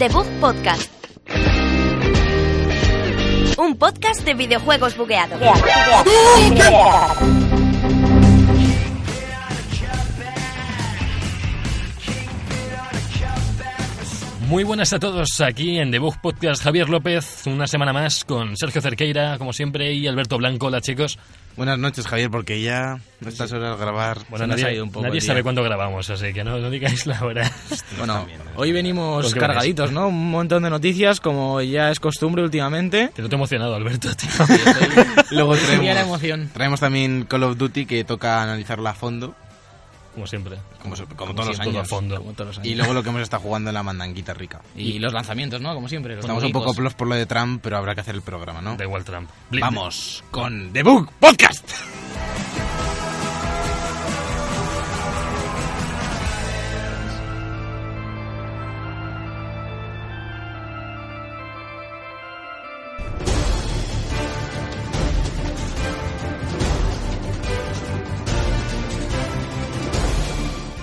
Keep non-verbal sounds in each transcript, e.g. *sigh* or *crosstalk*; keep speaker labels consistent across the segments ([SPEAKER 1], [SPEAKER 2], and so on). [SPEAKER 1] The Bug Podcast. Un podcast de videojuegos bugueado.
[SPEAKER 2] Muy buenas a todos aquí en Debug Podcast. Javier López, una semana más con Sergio Cerqueira, como siempre, y Alberto Blanco. Hola, chicos.
[SPEAKER 3] Buenas noches, Javier, porque ya a estas horas grabar se nos ha
[SPEAKER 2] nadie,
[SPEAKER 3] ido un poco
[SPEAKER 2] nadie
[SPEAKER 3] el día.
[SPEAKER 2] sabe cuándo grabamos, así que no, no digáis la
[SPEAKER 3] *laughs*
[SPEAKER 2] hora.
[SPEAKER 3] Bueno,
[SPEAKER 4] Hoy venimos
[SPEAKER 2] Pues qué
[SPEAKER 4] cargaditos, ¿no? Un montón de noticias, como ya es costumbre últimamente.
[SPEAKER 2] Te noto emocionado, Alberto,
[SPEAKER 3] *laughs*
[SPEAKER 2] tío.
[SPEAKER 4] *laughs*
[SPEAKER 3] luego
[SPEAKER 4] Y ahora
[SPEAKER 3] traemos,
[SPEAKER 4] emoción.
[SPEAKER 3] traemos también Call of Duty, que toca analizarla a fondo,
[SPEAKER 2] Como siempre.
[SPEAKER 3] como, so- como todos los
[SPEAKER 2] siempre, todo a
[SPEAKER 3] años.
[SPEAKER 2] fondo.
[SPEAKER 4] Como todos los años.
[SPEAKER 3] Y luego lo que hemos estado jugando en la mandanguita rica.
[SPEAKER 4] Y los lanzamientos, ¿no? Como siempre. los
[SPEAKER 3] Estamos un poco
[SPEAKER 4] nuevicos.
[SPEAKER 3] plos por lo de Trump, pero habrá que hacer el programa, ¿no?
[SPEAKER 2] Da igual Trump. Bli-
[SPEAKER 3] Vamos con The Book Podcast.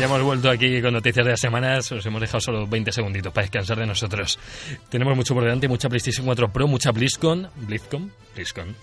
[SPEAKER 2] Ya hemos vuelto aquí con noticias de las semanas. Os hemos dejado solo 20 segunditos para descansar de nosotros. Tenemos mucho por delante, mucha PlayStation 4 Pro, mucha BlizzCon. ¿BlizzCon?
[SPEAKER 3] *laughs*
[SPEAKER 2] BlizzCon.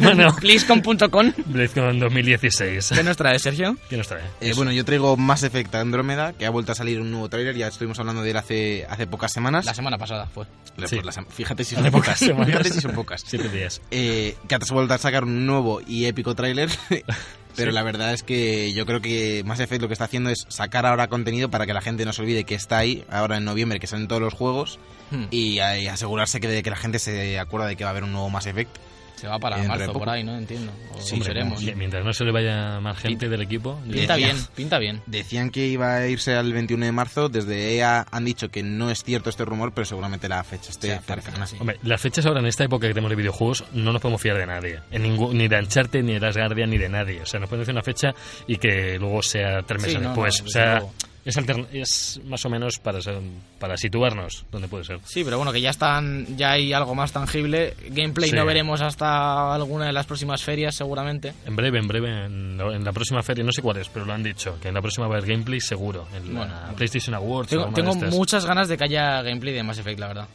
[SPEAKER 2] *laughs* bueno, *laughs*
[SPEAKER 4] Blizzcon.com.
[SPEAKER 2] BlizzCon 2016.
[SPEAKER 4] ¿Qué nos trae, Sergio?
[SPEAKER 2] ¿Quién nos trae?
[SPEAKER 3] Eh, bueno, yo traigo Mass Effect Andrómeda, que ha vuelto a salir un nuevo tráiler, ya estuvimos hablando de él hace, hace pocas semanas.
[SPEAKER 4] La semana pasada fue.
[SPEAKER 3] Pues
[SPEAKER 2] sí.
[SPEAKER 3] la sem-
[SPEAKER 2] *laughs*
[SPEAKER 3] fíjate si
[SPEAKER 2] Hace
[SPEAKER 3] son
[SPEAKER 2] pocas
[SPEAKER 3] pocas.
[SPEAKER 2] semanas.
[SPEAKER 3] Fíjate si son pocas.
[SPEAKER 2] Siete días.
[SPEAKER 3] eh, que has vuelto a sacar un nuevo y épico tráiler, *laughs* pero la verdad es que yo creo que Mass Effect lo que está haciendo es sacar ahora contenido para que la gente no se olvide que está ahí, ahora en noviembre que salen todos los juegos,
[SPEAKER 4] Hmm.
[SPEAKER 3] y, eh, asegurarse que, de que la gente se acuerda de que va a haber un nuevo Mass Effect.
[SPEAKER 4] Se va para
[SPEAKER 3] Dentro de
[SPEAKER 4] marzo
[SPEAKER 3] poco.
[SPEAKER 4] por ahí, ¿no? Entiendo. O
[SPEAKER 3] Sí,
[SPEAKER 4] sí, veremos.
[SPEAKER 2] Hombre, Mientras no se le vaya más gente del equipo. yo-
[SPEAKER 4] Pinta bien, pinta bien.
[SPEAKER 3] Decían que iba a irse al 21 de marzo, desde EA han dicho que no es cierto este rumor, pero seguramente la fecha esté
[SPEAKER 4] Se acerca,
[SPEAKER 3] cercana.
[SPEAKER 4] sí.
[SPEAKER 2] Hombre, las fechas ahora en esta época que tenemos de videojuegos no nos podemos fiar de nadie. En ningún- ni de Ancharte, ni de Las Guardian, ni de nadie. O sea, nos pueden decir una fecha y que luego sea tres
[SPEAKER 4] Sí,
[SPEAKER 2] meses
[SPEAKER 4] no,
[SPEAKER 2] después.
[SPEAKER 4] no,
[SPEAKER 2] o sea,
[SPEAKER 4] desde luego.
[SPEAKER 2] es, altern- es más o menos para, ser- para situarnos donde puede ser.
[SPEAKER 4] Sí, pero bueno, que ya están, ya hay algo más tangible. Gameplay
[SPEAKER 2] Sí.
[SPEAKER 4] no veremos hasta alguna de las próximas ferias, seguramente.
[SPEAKER 2] En breve, en breve, en, lo- en la próxima feria, no sé cuál es, pero lo han dicho, que en la próxima va a haber gameplay seguro, en la
[SPEAKER 4] Bueno, bueno.
[SPEAKER 2] PlayStation Awards.
[SPEAKER 4] Tengo,
[SPEAKER 2] alguna
[SPEAKER 4] tengo
[SPEAKER 2] de estas.
[SPEAKER 4] muchas ganas de que haya gameplay de Mass Effect, la verdad.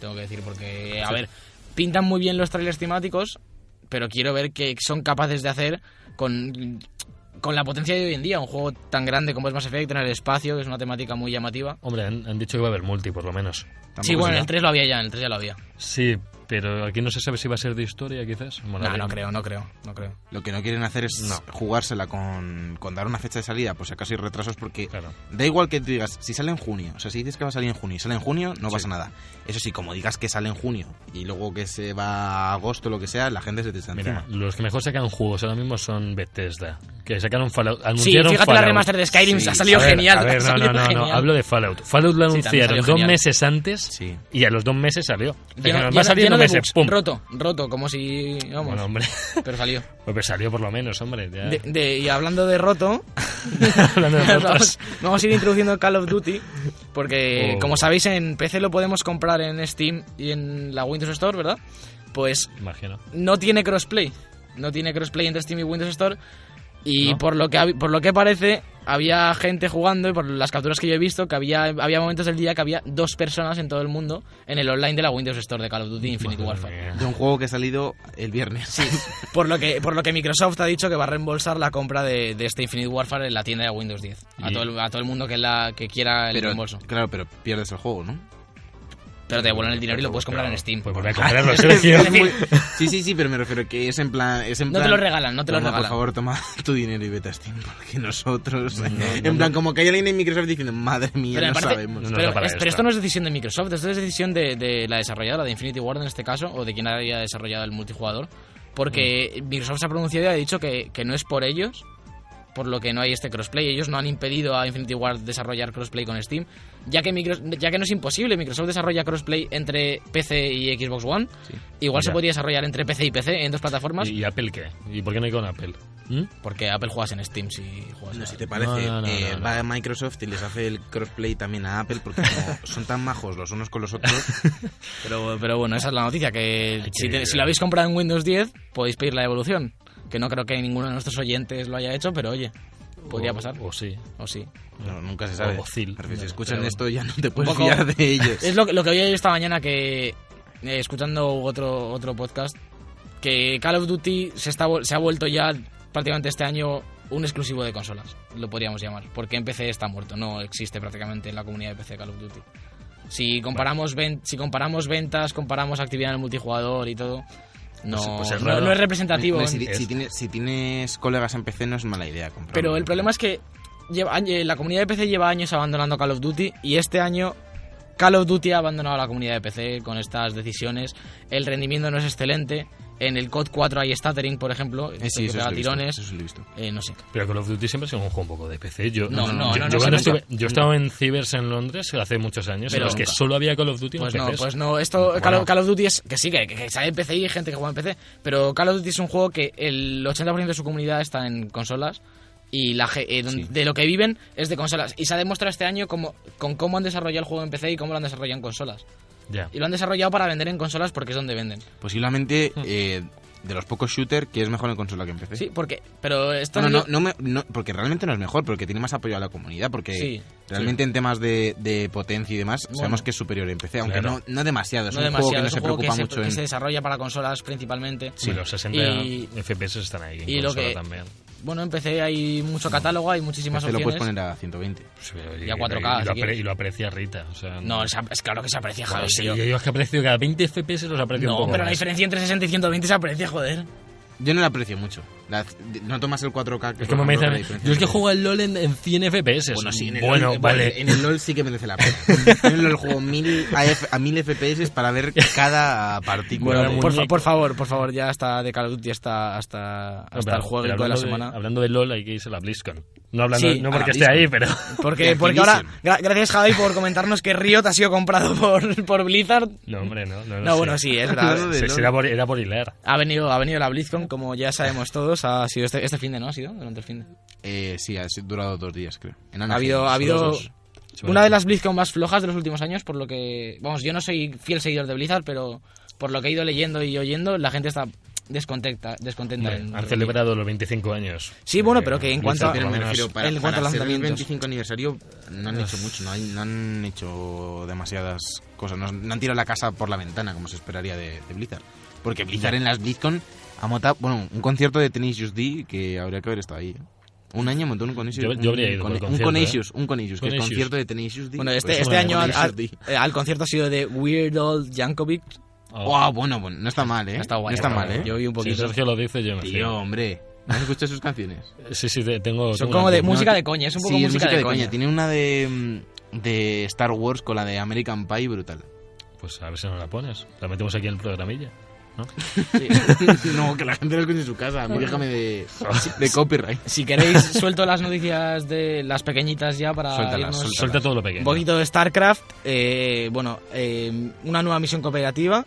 [SPEAKER 4] Tengo que decir, porque, a ver, pintan muy bien los trailers temáticos, pero quiero ver qué son capaces de hacer con, con la potencia de hoy en día. Un juego tan grande como es Mass Effect, en el espacio, que es una temática muy llamativa.
[SPEAKER 2] Hombre, han, han dicho que va a haber multi, por lo menos.
[SPEAKER 3] Tampoco
[SPEAKER 4] Sí, bueno, en
[SPEAKER 3] es
[SPEAKER 4] el 3 lo había ya, en el 3 ya lo había.
[SPEAKER 2] Sí, pero aquí no se sabe si va a ser de historia, quizás. Bueno,
[SPEAKER 4] No,
[SPEAKER 2] bien.
[SPEAKER 4] no creo, no creo, no creo.
[SPEAKER 3] Lo que no quieren hacer es
[SPEAKER 2] No.
[SPEAKER 3] jugársela con, con dar una fecha de salida, pues si acaso hay retrasos, porque
[SPEAKER 2] Claro.
[SPEAKER 3] da igual que tú digas, si sale en junio, o sea, si dices que va a salir en junio y sale en junio, no
[SPEAKER 2] Sí.
[SPEAKER 3] pasa nada. Eso sí, como digas que sale en junio y luego que se va a agosto o lo que sea, la gente se te está
[SPEAKER 2] Mira,
[SPEAKER 3] encima.
[SPEAKER 2] los que mejor sacan juegos ahora mismo son Bethesda, que sacaron Fallout.
[SPEAKER 4] Sí,
[SPEAKER 2] Anunciaron
[SPEAKER 4] fíjate la
[SPEAKER 2] Fallout.
[SPEAKER 4] remaster de Skyrim,
[SPEAKER 3] Sí,
[SPEAKER 4] ha salido
[SPEAKER 2] A ver,
[SPEAKER 4] genial.
[SPEAKER 2] a ver,
[SPEAKER 4] ha *laughs*
[SPEAKER 2] no,
[SPEAKER 4] salido
[SPEAKER 2] no, no, no,
[SPEAKER 4] genial.
[SPEAKER 2] hablo de Fallout. Fallout lo
[SPEAKER 4] Sí, también
[SPEAKER 2] anunciaron
[SPEAKER 4] salió
[SPEAKER 2] dos
[SPEAKER 4] genial.
[SPEAKER 2] meses antes
[SPEAKER 3] Sí.
[SPEAKER 2] y a los dos meses salió.
[SPEAKER 4] Lleno-
[SPEAKER 2] Dijeron, va a
[SPEAKER 4] lleno-
[SPEAKER 2] salir
[SPEAKER 4] lleno
[SPEAKER 2] dos
[SPEAKER 4] de
[SPEAKER 2] meses,
[SPEAKER 4] bugs.
[SPEAKER 2] ¡pum!
[SPEAKER 4] Roto, roto, como si... Vamos,
[SPEAKER 2] Bueno, hombre, *laughs*
[SPEAKER 4] pero salió.
[SPEAKER 2] pues salió por lo menos, hombre. ya.
[SPEAKER 4] De- de- y hablando de roto,
[SPEAKER 2] *laughs* Hablando de
[SPEAKER 4] *laughs* vamos,
[SPEAKER 2] rotos.
[SPEAKER 4] vamos a ir introduciendo Call of Duty, porque
[SPEAKER 2] Oh.
[SPEAKER 4] como sabéis en PC lo podemos comprar en Steam y en la Windows Store, ¿verdad? Pues
[SPEAKER 2] Imagino.
[SPEAKER 4] no tiene crossplay, no tiene crossplay entre Steam y Windows Store, y
[SPEAKER 2] ¿No?
[SPEAKER 4] por, lo que, hab- por lo que parece había gente jugando, y por las capturas que yo he visto, que había, había momentos del día que había dos personas en todo el mundo en el online de la Windows Store de Call of Duty Infinite
[SPEAKER 2] Madre
[SPEAKER 4] Warfare.
[SPEAKER 2] mía.
[SPEAKER 3] De un juego que ha salido el viernes.
[SPEAKER 4] Por lo, que, por lo que Microsoft ha dicho que va a reembolsar la compra de, de este Infinite Warfare en la tienda de Windows 10. A,
[SPEAKER 2] Y-
[SPEAKER 4] todo, el, a todo el mundo que, la, que quiera el
[SPEAKER 3] Pero,
[SPEAKER 4] reembolso.
[SPEAKER 3] claro, pero pierdes el juego, ¿no?
[SPEAKER 4] Pero te devuelven el dinero y lo puedes comprar en
[SPEAKER 2] Pero,
[SPEAKER 4] Steam.
[SPEAKER 2] Pues
[SPEAKER 4] *laughs*
[SPEAKER 2] volver a comprarlo, Sergio.
[SPEAKER 3] Es muy- Sí, sí, sí, pero me refiero que es en plan... Es en
[SPEAKER 4] No te
[SPEAKER 3] plan-
[SPEAKER 4] lo regalan, no te lo
[SPEAKER 3] Toma,
[SPEAKER 4] regalan.
[SPEAKER 3] Por favor, toma tu dinero y vete a Steam, porque nosotros... en
[SPEAKER 2] no,
[SPEAKER 3] plan, como que hay alguien en Microsoft diciendo, madre mía,
[SPEAKER 4] Pero me
[SPEAKER 3] no
[SPEAKER 4] parece-
[SPEAKER 3] sabemos.
[SPEAKER 2] No, no,
[SPEAKER 4] pero,
[SPEAKER 2] está para
[SPEAKER 4] es- pero
[SPEAKER 2] esto.
[SPEAKER 4] esto no es decisión de Microsoft, esto es decisión de, de la desarrolladora, de Infinity Ward en este caso, o de quien haya desarrollado el multijugador. Porque
[SPEAKER 2] Mm.
[SPEAKER 4] Microsoft se ha pronunciado y ha dicho que, que no es por ellos, por lo que no hay este crossplay. Ellos no han impedido a Infinity Ward desarrollar crossplay con Steam, ya que, Micro- ya que no es imposible. Microsoft desarrolla crossplay entre PC y Xbox One. Igual se
[SPEAKER 2] Ya.
[SPEAKER 4] podría desarrollar entre PC y PC en dos plataformas.
[SPEAKER 2] *laughs* ¿Y, y Apple qué? ¿Y por qué no hay con Apple? ¿Mm?
[SPEAKER 4] Porque Apple juegas en Steam si juegas en
[SPEAKER 3] No, si te
[SPEAKER 4] Steam.
[SPEAKER 3] parece,
[SPEAKER 2] No, no, no,
[SPEAKER 3] eh,
[SPEAKER 2] no, no.
[SPEAKER 3] va a Microsoft y les hace el crossplay también a Apple porque
[SPEAKER 4] *laughs*
[SPEAKER 3] como son tan majos los unos con los otros.
[SPEAKER 4] Pero, pero bueno, esa es la noticia, que,
[SPEAKER 2] Hay
[SPEAKER 4] si,
[SPEAKER 2] que-
[SPEAKER 4] te- si la habéis comprado en Windows 10, podéis pedir la devolución. Que no creo que ninguno de nuestros oyentes lo haya hecho, pero oye, Podría
[SPEAKER 2] O-
[SPEAKER 4] pasar.
[SPEAKER 2] O sí.
[SPEAKER 4] O sí.
[SPEAKER 3] No, nunca se sabe.
[SPEAKER 2] O Zil.
[SPEAKER 3] Pero si
[SPEAKER 2] No,
[SPEAKER 3] escuchan
[SPEAKER 2] pero-
[SPEAKER 3] esto ya no te puedes
[SPEAKER 4] Un poco-
[SPEAKER 3] fiar de ellos.
[SPEAKER 4] *laughs* Es lo, que- lo que había yo esta mañana que, eh, escuchando otro, otro podcast, que Call of Duty se, está, vol- se ha vuelto ya prácticamente este año un exclusivo de consolas, lo podríamos llamar, porque en PC está muerto, no existe prácticamente en la comunidad de PC Call of Duty. Si comparamos, ven- si comparamos ventas, comparamos actividad en el multijugador y todo, no,
[SPEAKER 2] Pues- pues es
[SPEAKER 4] no-
[SPEAKER 2] raro.
[SPEAKER 4] no es representativo.
[SPEAKER 3] Hombre, si,
[SPEAKER 2] Es-
[SPEAKER 3] si tienes, si tienes colegas en PC no es mala idea comprar.
[SPEAKER 4] Pero el problema es que lleva- eh, la comunidad de PC lleva años abandonando Call of Duty y este año Call of Duty ha abandonado a la comunidad de PC con estas decisiones. El rendimiento no es excelente. En el COD 4 hay stuttering, por ejemplo,
[SPEAKER 3] Eh, sí,
[SPEAKER 4] que
[SPEAKER 3] eso
[SPEAKER 4] pega
[SPEAKER 3] sí lo he visto,
[SPEAKER 4] tirones.
[SPEAKER 3] eso sí lo he visto.
[SPEAKER 4] Eh, no sé.
[SPEAKER 2] Pero Call of Duty siempre ha sido un juego un poco de PC. Yo,
[SPEAKER 4] No,
[SPEAKER 2] yo-
[SPEAKER 4] no, no,
[SPEAKER 2] yo,
[SPEAKER 4] no,
[SPEAKER 2] cuando
[SPEAKER 4] nunca.
[SPEAKER 2] estuve- yo estaba en Cibers en Londres hace muchos años,
[SPEAKER 4] Pero
[SPEAKER 2] en los que
[SPEAKER 4] nunca.
[SPEAKER 2] solo había Call of Duty en
[SPEAKER 4] Pues
[SPEAKER 2] los
[SPEAKER 4] no,
[SPEAKER 2] PCs.
[SPEAKER 4] pues no. Esto,
[SPEAKER 2] Bueno.
[SPEAKER 4] Call, of, Call of Duty es que sí, que, que sale en PC y hay gente que juega en PC. Pero Call of Duty es un juego que el 80% de su comunidad está en consolas. Y la, ge- eh, don-
[SPEAKER 3] Sí.
[SPEAKER 4] de lo que viven es de consolas. Y se ha demostrado este año como, con cómo han desarrollado el juego en PC y cómo lo han desarrollado en consolas.
[SPEAKER 2] Ya.
[SPEAKER 4] Y lo han desarrollado para vender en consolas porque es donde venden. *laughs*
[SPEAKER 3] Posiblemente eh, de los pocos shooters que es mejor en consola que en PC.
[SPEAKER 4] Sí, porque. Pero esto
[SPEAKER 3] No,
[SPEAKER 4] no.
[SPEAKER 3] no, no me- no, porque realmente no es mejor, porque tiene más apoyo a la comunidad, porque
[SPEAKER 4] Sí,
[SPEAKER 3] realmente en temas de, de potencia y demás,
[SPEAKER 4] Bueno.
[SPEAKER 3] sabemos que es superior en PC, aunque
[SPEAKER 2] Claro.
[SPEAKER 3] no, no demasiado, es
[SPEAKER 4] no
[SPEAKER 3] un
[SPEAKER 4] demasiado.
[SPEAKER 3] juego que no
[SPEAKER 4] es
[SPEAKER 3] se
[SPEAKER 4] un juego
[SPEAKER 3] preocupa
[SPEAKER 4] que se-
[SPEAKER 3] mucho
[SPEAKER 4] que
[SPEAKER 3] en...
[SPEAKER 4] se desarrolla para consolas principalmente.
[SPEAKER 2] Sí, los 60
[SPEAKER 4] Y-
[SPEAKER 2] FPS están ahí. En
[SPEAKER 4] y lo
[SPEAKER 2] consola
[SPEAKER 4] que-
[SPEAKER 2] también.
[SPEAKER 4] Bueno, en PC hay mucho catálogo, hay muchísimas
[SPEAKER 3] PC lo puedes
[SPEAKER 4] opciones.
[SPEAKER 3] poner a 120.
[SPEAKER 2] Pues, eh,
[SPEAKER 4] Y a
[SPEAKER 2] y-
[SPEAKER 4] 4K,
[SPEAKER 2] Y, lo
[SPEAKER 4] si
[SPEAKER 2] apre-
[SPEAKER 4] quieres.
[SPEAKER 2] y lo aprecia Rita. O sea,
[SPEAKER 4] No, es, es claro que se aprecia,
[SPEAKER 2] Bueno,
[SPEAKER 4] joder.
[SPEAKER 2] sí,
[SPEAKER 4] tío.
[SPEAKER 2] yo, yo es que aprecio cada 20 FPS los aprecio un
[SPEAKER 4] No,
[SPEAKER 2] poco
[SPEAKER 4] pero la
[SPEAKER 2] más.
[SPEAKER 4] diferencia entre 60 y 120 se aprecia, joder.
[SPEAKER 3] Yo no la aprecio mucho. La- de- no tomas el 4K.
[SPEAKER 2] Es
[SPEAKER 3] por
[SPEAKER 2] como me
[SPEAKER 3] ejemplo, la
[SPEAKER 2] dicen,
[SPEAKER 3] diferencia
[SPEAKER 2] yo es que
[SPEAKER 3] entre-
[SPEAKER 2] juego al LOL en, en 100 FPS.
[SPEAKER 3] Bueno, sí, en el,
[SPEAKER 2] Bueno,
[SPEAKER 3] LOL,
[SPEAKER 2] vale.
[SPEAKER 3] En el LOL sí que merece
[SPEAKER 2] *laughs*
[SPEAKER 3] la pena. Yo en el LOL juego mil a, F- a 1000 FPS para ver cada
[SPEAKER 2] *laughs*
[SPEAKER 3] partícula.
[SPEAKER 2] Bueno,
[SPEAKER 3] de-
[SPEAKER 4] por, fa-
[SPEAKER 2] muñeco.
[SPEAKER 4] por favor, por favor, ya hasta de Call of Duty hasta, hasta,
[SPEAKER 2] No,
[SPEAKER 4] hasta
[SPEAKER 2] pero
[SPEAKER 4] el juego
[SPEAKER 2] pero
[SPEAKER 4] de toda
[SPEAKER 2] hablando
[SPEAKER 4] la
[SPEAKER 2] de-
[SPEAKER 4] semana.
[SPEAKER 2] hablando de LOL hay que irse a la BlizzCon. No, hablando,
[SPEAKER 4] Sí,
[SPEAKER 2] no
[SPEAKER 3] a la
[SPEAKER 2] porque esté ahí, pero... *laughs*
[SPEAKER 4] Porque,
[SPEAKER 3] de
[SPEAKER 4] porque ahora,
[SPEAKER 3] Activision.
[SPEAKER 4] gra- gracias Javi por comentarnos que Riot ha sido comprado *laughs* por, por Blizzard.
[SPEAKER 2] No, hombre, no. No, lo
[SPEAKER 4] No,
[SPEAKER 2] sé.
[SPEAKER 4] bueno, sí, eh. es
[SPEAKER 3] *laughs*
[SPEAKER 4] verdad.
[SPEAKER 3] Hablando de
[SPEAKER 2] Sí,
[SPEAKER 3] LOL.
[SPEAKER 2] sí, era, por, era por hilar.
[SPEAKER 4] Ha venido, ha venido la BlizzCon, como ya sabemos todos, ha sido este, este fin de, ¿no? Ha sido durante el fin de.
[SPEAKER 3] Eh, sí, ha sido- durado dos días, creo. En
[SPEAKER 4] Ha
[SPEAKER 3] Anaheim,
[SPEAKER 4] habido,
[SPEAKER 3] solo
[SPEAKER 4] ha habido
[SPEAKER 3] dos.
[SPEAKER 4] una de las BlizzCon más flojas de los últimos años, por lo que, vamos, yo no soy fiel seguidor de Blizzard, pero por lo que he ido leyendo y oyendo, la gente está descontenta, descontenta.
[SPEAKER 2] Hombre,
[SPEAKER 4] en-
[SPEAKER 2] han celebrado los 25 años.
[SPEAKER 4] Sí, bueno,
[SPEAKER 2] Eh,
[SPEAKER 4] pero que en
[SPEAKER 2] Blizzard,
[SPEAKER 4] cuanto a-
[SPEAKER 2] por
[SPEAKER 3] Pero
[SPEAKER 2] lo
[SPEAKER 3] me
[SPEAKER 2] menos-
[SPEAKER 3] refiero, para,
[SPEAKER 4] en cuanto a
[SPEAKER 3] para
[SPEAKER 4] los
[SPEAKER 3] ser el
[SPEAKER 4] lanzamientos.
[SPEAKER 3] 25 aniversario no han hecho mucho, no, hay- no han hecho demasiadas cosas, no, han- no han tirado la casa por la ventana como se esperaría de, de Blizzard. Porque Blizzard en las BlizzCon ha montado, bueno, un concierto de Tenacious D que habría que haber estado ahí. ¿eh? Un año montó un Conisius.
[SPEAKER 2] Yo- yo habría ido por el
[SPEAKER 3] un
[SPEAKER 2] concierto, ¿eh?
[SPEAKER 3] Conisius, un Conisius, que es
[SPEAKER 2] Conisius.
[SPEAKER 3] concierto de Tenacious D.
[SPEAKER 4] Bueno, este,
[SPEAKER 3] Pues
[SPEAKER 4] este
[SPEAKER 2] una
[SPEAKER 4] año al,
[SPEAKER 3] Tenacious
[SPEAKER 4] al-
[SPEAKER 3] D.
[SPEAKER 4] eh, al concierto ha sido de Weird Old Yankovic.
[SPEAKER 2] Oh,
[SPEAKER 3] Guau, bueno, bueno, no está mal, ¿eh?
[SPEAKER 4] No está guay,
[SPEAKER 3] no está
[SPEAKER 4] no,
[SPEAKER 3] mal, ¿eh?
[SPEAKER 4] Yo vi un
[SPEAKER 2] Si
[SPEAKER 4] poquito.
[SPEAKER 2] Sergio lo dice, yo me
[SPEAKER 3] Tío,
[SPEAKER 2] fío.
[SPEAKER 3] hombre, ¿no has escuchado sus canciones?
[SPEAKER 2] Sí, sí, te- tengo...
[SPEAKER 4] Son
[SPEAKER 2] tengo
[SPEAKER 4] como
[SPEAKER 2] una-
[SPEAKER 4] de música
[SPEAKER 3] no,
[SPEAKER 4] de coña, es un poco
[SPEAKER 3] sí, es
[SPEAKER 4] música, de coña.
[SPEAKER 3] Tiene una de, mm, de Star Wars con la de American Pie brutal.
[SPEAKER 2] Pues a ver si nos la pones. La metemos aquí en el programilla. ¿no?
[SPEAKER 3] *laughs* no, que la gente lo escuche en su casa. A mí déjame
[SPEAKER 4] *laughs*
[SPEAKER 3] de, de copyright.
[SPEAKER 4] Si
[SPEAKER 3] *laughs*
[SPEAKER 4] queréis, suelto las noticias de las pequeñitas ya para
[SPEAKER 3] Suéltalas,
[SPEAKER 4] irnos.
[SPEAKER 3] suéltalas.
[SPEAKER 2] Suelta todo lo pequeño.
[SPEAKER 4] Un poquito de StarCraft. eh, bueno, eh, una nueva misión cooperativa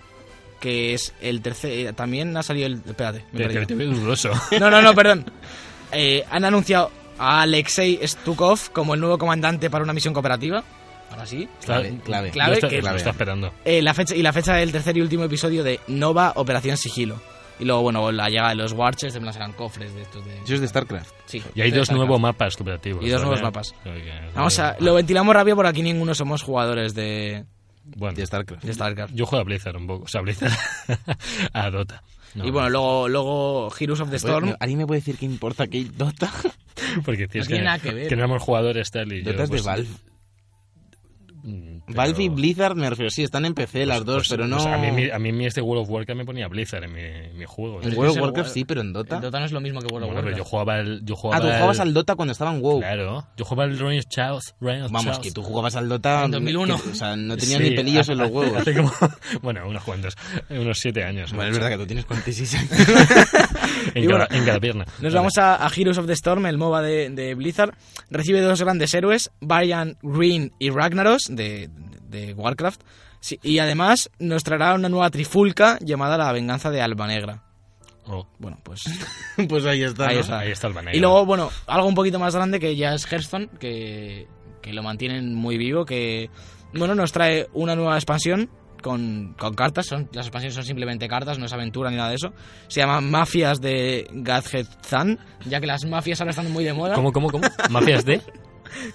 [SPEAKER 4] que es el tercer... eh, también ha salido el... Espérate, me
[SPEAKER 2] Te,
[SPEAKER 4] he
[SPEAKER 2] te-
[SPEAKER 4] perdido.
[SPEAKER 2] te veo dudoso.
[SPEAKER 4] No, no, no,
[SPEAKER 2] *laughs*
[SPEAKER 4] perdón. Eh, han anunciado a Alexei Stukov como el nuevo comandante para una misión cooperativa. Ahora sí.
[SPEAKER 3] Clave, clave.
[SPEAKER 4] *laughs* Clave.
[SPEAKER 2] Lo está-
[SPEAKER 4] que-
[SPEAKER 2] Lo está esperando.
[SPEAKER 4] Eh, la fecha, y la fecha del tercer y último episodio de Nova Operación Sigilo. Y luego, bueno, la llegada de los Warchers, de plan serán cofres de estos de...
[SPEAKER 3] Eso es de StarCraft.
[SPEAKER 4] sí,
[SPEAKER 2] Y hay
[SPEAKER 4] de
[SPEAKER 2] dos
[SPEAKER 4] Starcraft.
[SPEAKER 2] nuevos mapas cooperativos.
[SPEAKER 4] Y dos nuevos
[SPEAKER 2] ¿vale?
[SPEAKER 4] mapas.
[SPEAKER 2] Oye,
[SPEAKER 4] Vamos a...
[SPEAKER 2] vale.
[SPEAKER 4] Lo ventilamos rápido por aquí, ninguno somos jugadores de,
[SPEAKER 2] Bueno,
[SPEAKER 3] De StarCraft.
[SPEAKER 4] de StarCraft.
[SPEAKER 2] yo juego a Blizzard un poco. O sea, a Blizzard *laughs* a Dota. No,
[SPEAKER 4] y bueno, luego, luego Heroes of the Storm.
[SPEAKER 3] Oye, ¿Alguien me puede decir qué importa que Dota?
[SPEAKER 2] *laughs* porque tienes
[SPEAKER 4] tiene
[SPEAKER 2] que,
[SPEAKER 4] nada que ver.
[SPEAKER 2] que no éramos jugadores tal y yo,
[SPEAKER 3] Dota es de
[SPEAKER 2] pues,
[SPEAKER 3] Valve.
[SPEAKER 2] mm, pero-
[SPEAKER 3] Valve y Blizzard, me refiero. Sí, están en PC las
[SPEAKER 2] pues,
[SPEAKER 3] dos,
[SPEAKER 2] pues,
[SPEAKER 3] pero no.
[SPEAKER 2] pues a, mí, mi- a mí mi este World of Warcraft me ponía Blizzard en mi, en mi juego.
[SPEAKER 3] En
[SPEAKER 2] ¿eh?
[SPEAKER 3] World
[SPEAKER 4] es
[SPEAKER 3] of
[SPEAKER 4] el
[SPEAKER 3] Warcraft
[SPEAKER 4] War-
[SPEAKER 3] sí, pero en Dota.
[SPEAKER 4] El Dota no es lo mismo que World of
[SPEAKER 2] Bueno, pero yo
[SPEAKER 4] Warcraft.
[SPEAKER 2] jugaba al- Yo jugaba
[SPEAKER 3] Ah, tú jugababas
[SPEAKER 2] al-
[SPEAKER 3] al Dota cuando estaba en WoW.
[SPEAKER 2] Claro, yo jugaba al Ryan Chaos. Ryan
[SPEAKER 3] Vamos,
[SPEAKER 2] Chaos.
[SPEAKER 3] que tú jugabas al Dota.
[SPEAKER 4] En 2001.
[SPEAKER 3] que- o sea, no tenía
[SPEAKER 2] Sí,
[SPEAKER 3] ni pelillos
[SPEAKER 2] hace- *laughs*
[SPEAKER 3] en los huevos.
[SPEAKER 2] hace como- bueno, unos cuantos, unos siete años.
[SPEAKER 3] Bueno, es verdad que tú tienes 46 años.
[SPEAKER 2] *laughs* En,
[SPEAKER 4] Y
[SPEAKER 2] cada,
[SPEAKER 4] bueno,
[SPEAKER 2] en cada
[SPEAKER 3] *laughs*
[SPEAKER 2] pierna.
[SPEAKER 4] Nos vamos a, a Heroes of the Storm, el MOBA de, de Blizzard. Recibe dos grandes héroes, Varian, Green y Ragnaros, de, de Warcraft. Sí, y además nos traerá una nueva trifulca llamada La Venganza de Alba Negra.
[SPEAKER 2] Oh,
[SPEAKER 4] Bueno, pues
[SPEAKER 3] pues ahí está.
[SPEAKER 4] ahí
[SPEAKER 3] ¿no?
[SPEAKER 4] está.
[SPEAKER 2] ahí está el banner.
[SPEAKER 4] Y luego, bueno, algo un poquito más grande que ya es Hearthstone, que, que lo mantienen muy vivo, que, bueno, nos trae una nueva expansión con, con cartas. Son, las expansiones son simplemente cartas, no es aventura ni nada de eso. Se llaman Mafias de Gadgetzan, ya que las mafias ahora están muy de moda.
[SPEAKER 2] ¿Cómo, cómo, cómo? ¿Mafias
[SPEAKER 3] *laughs*
[SPEAKER 2] de?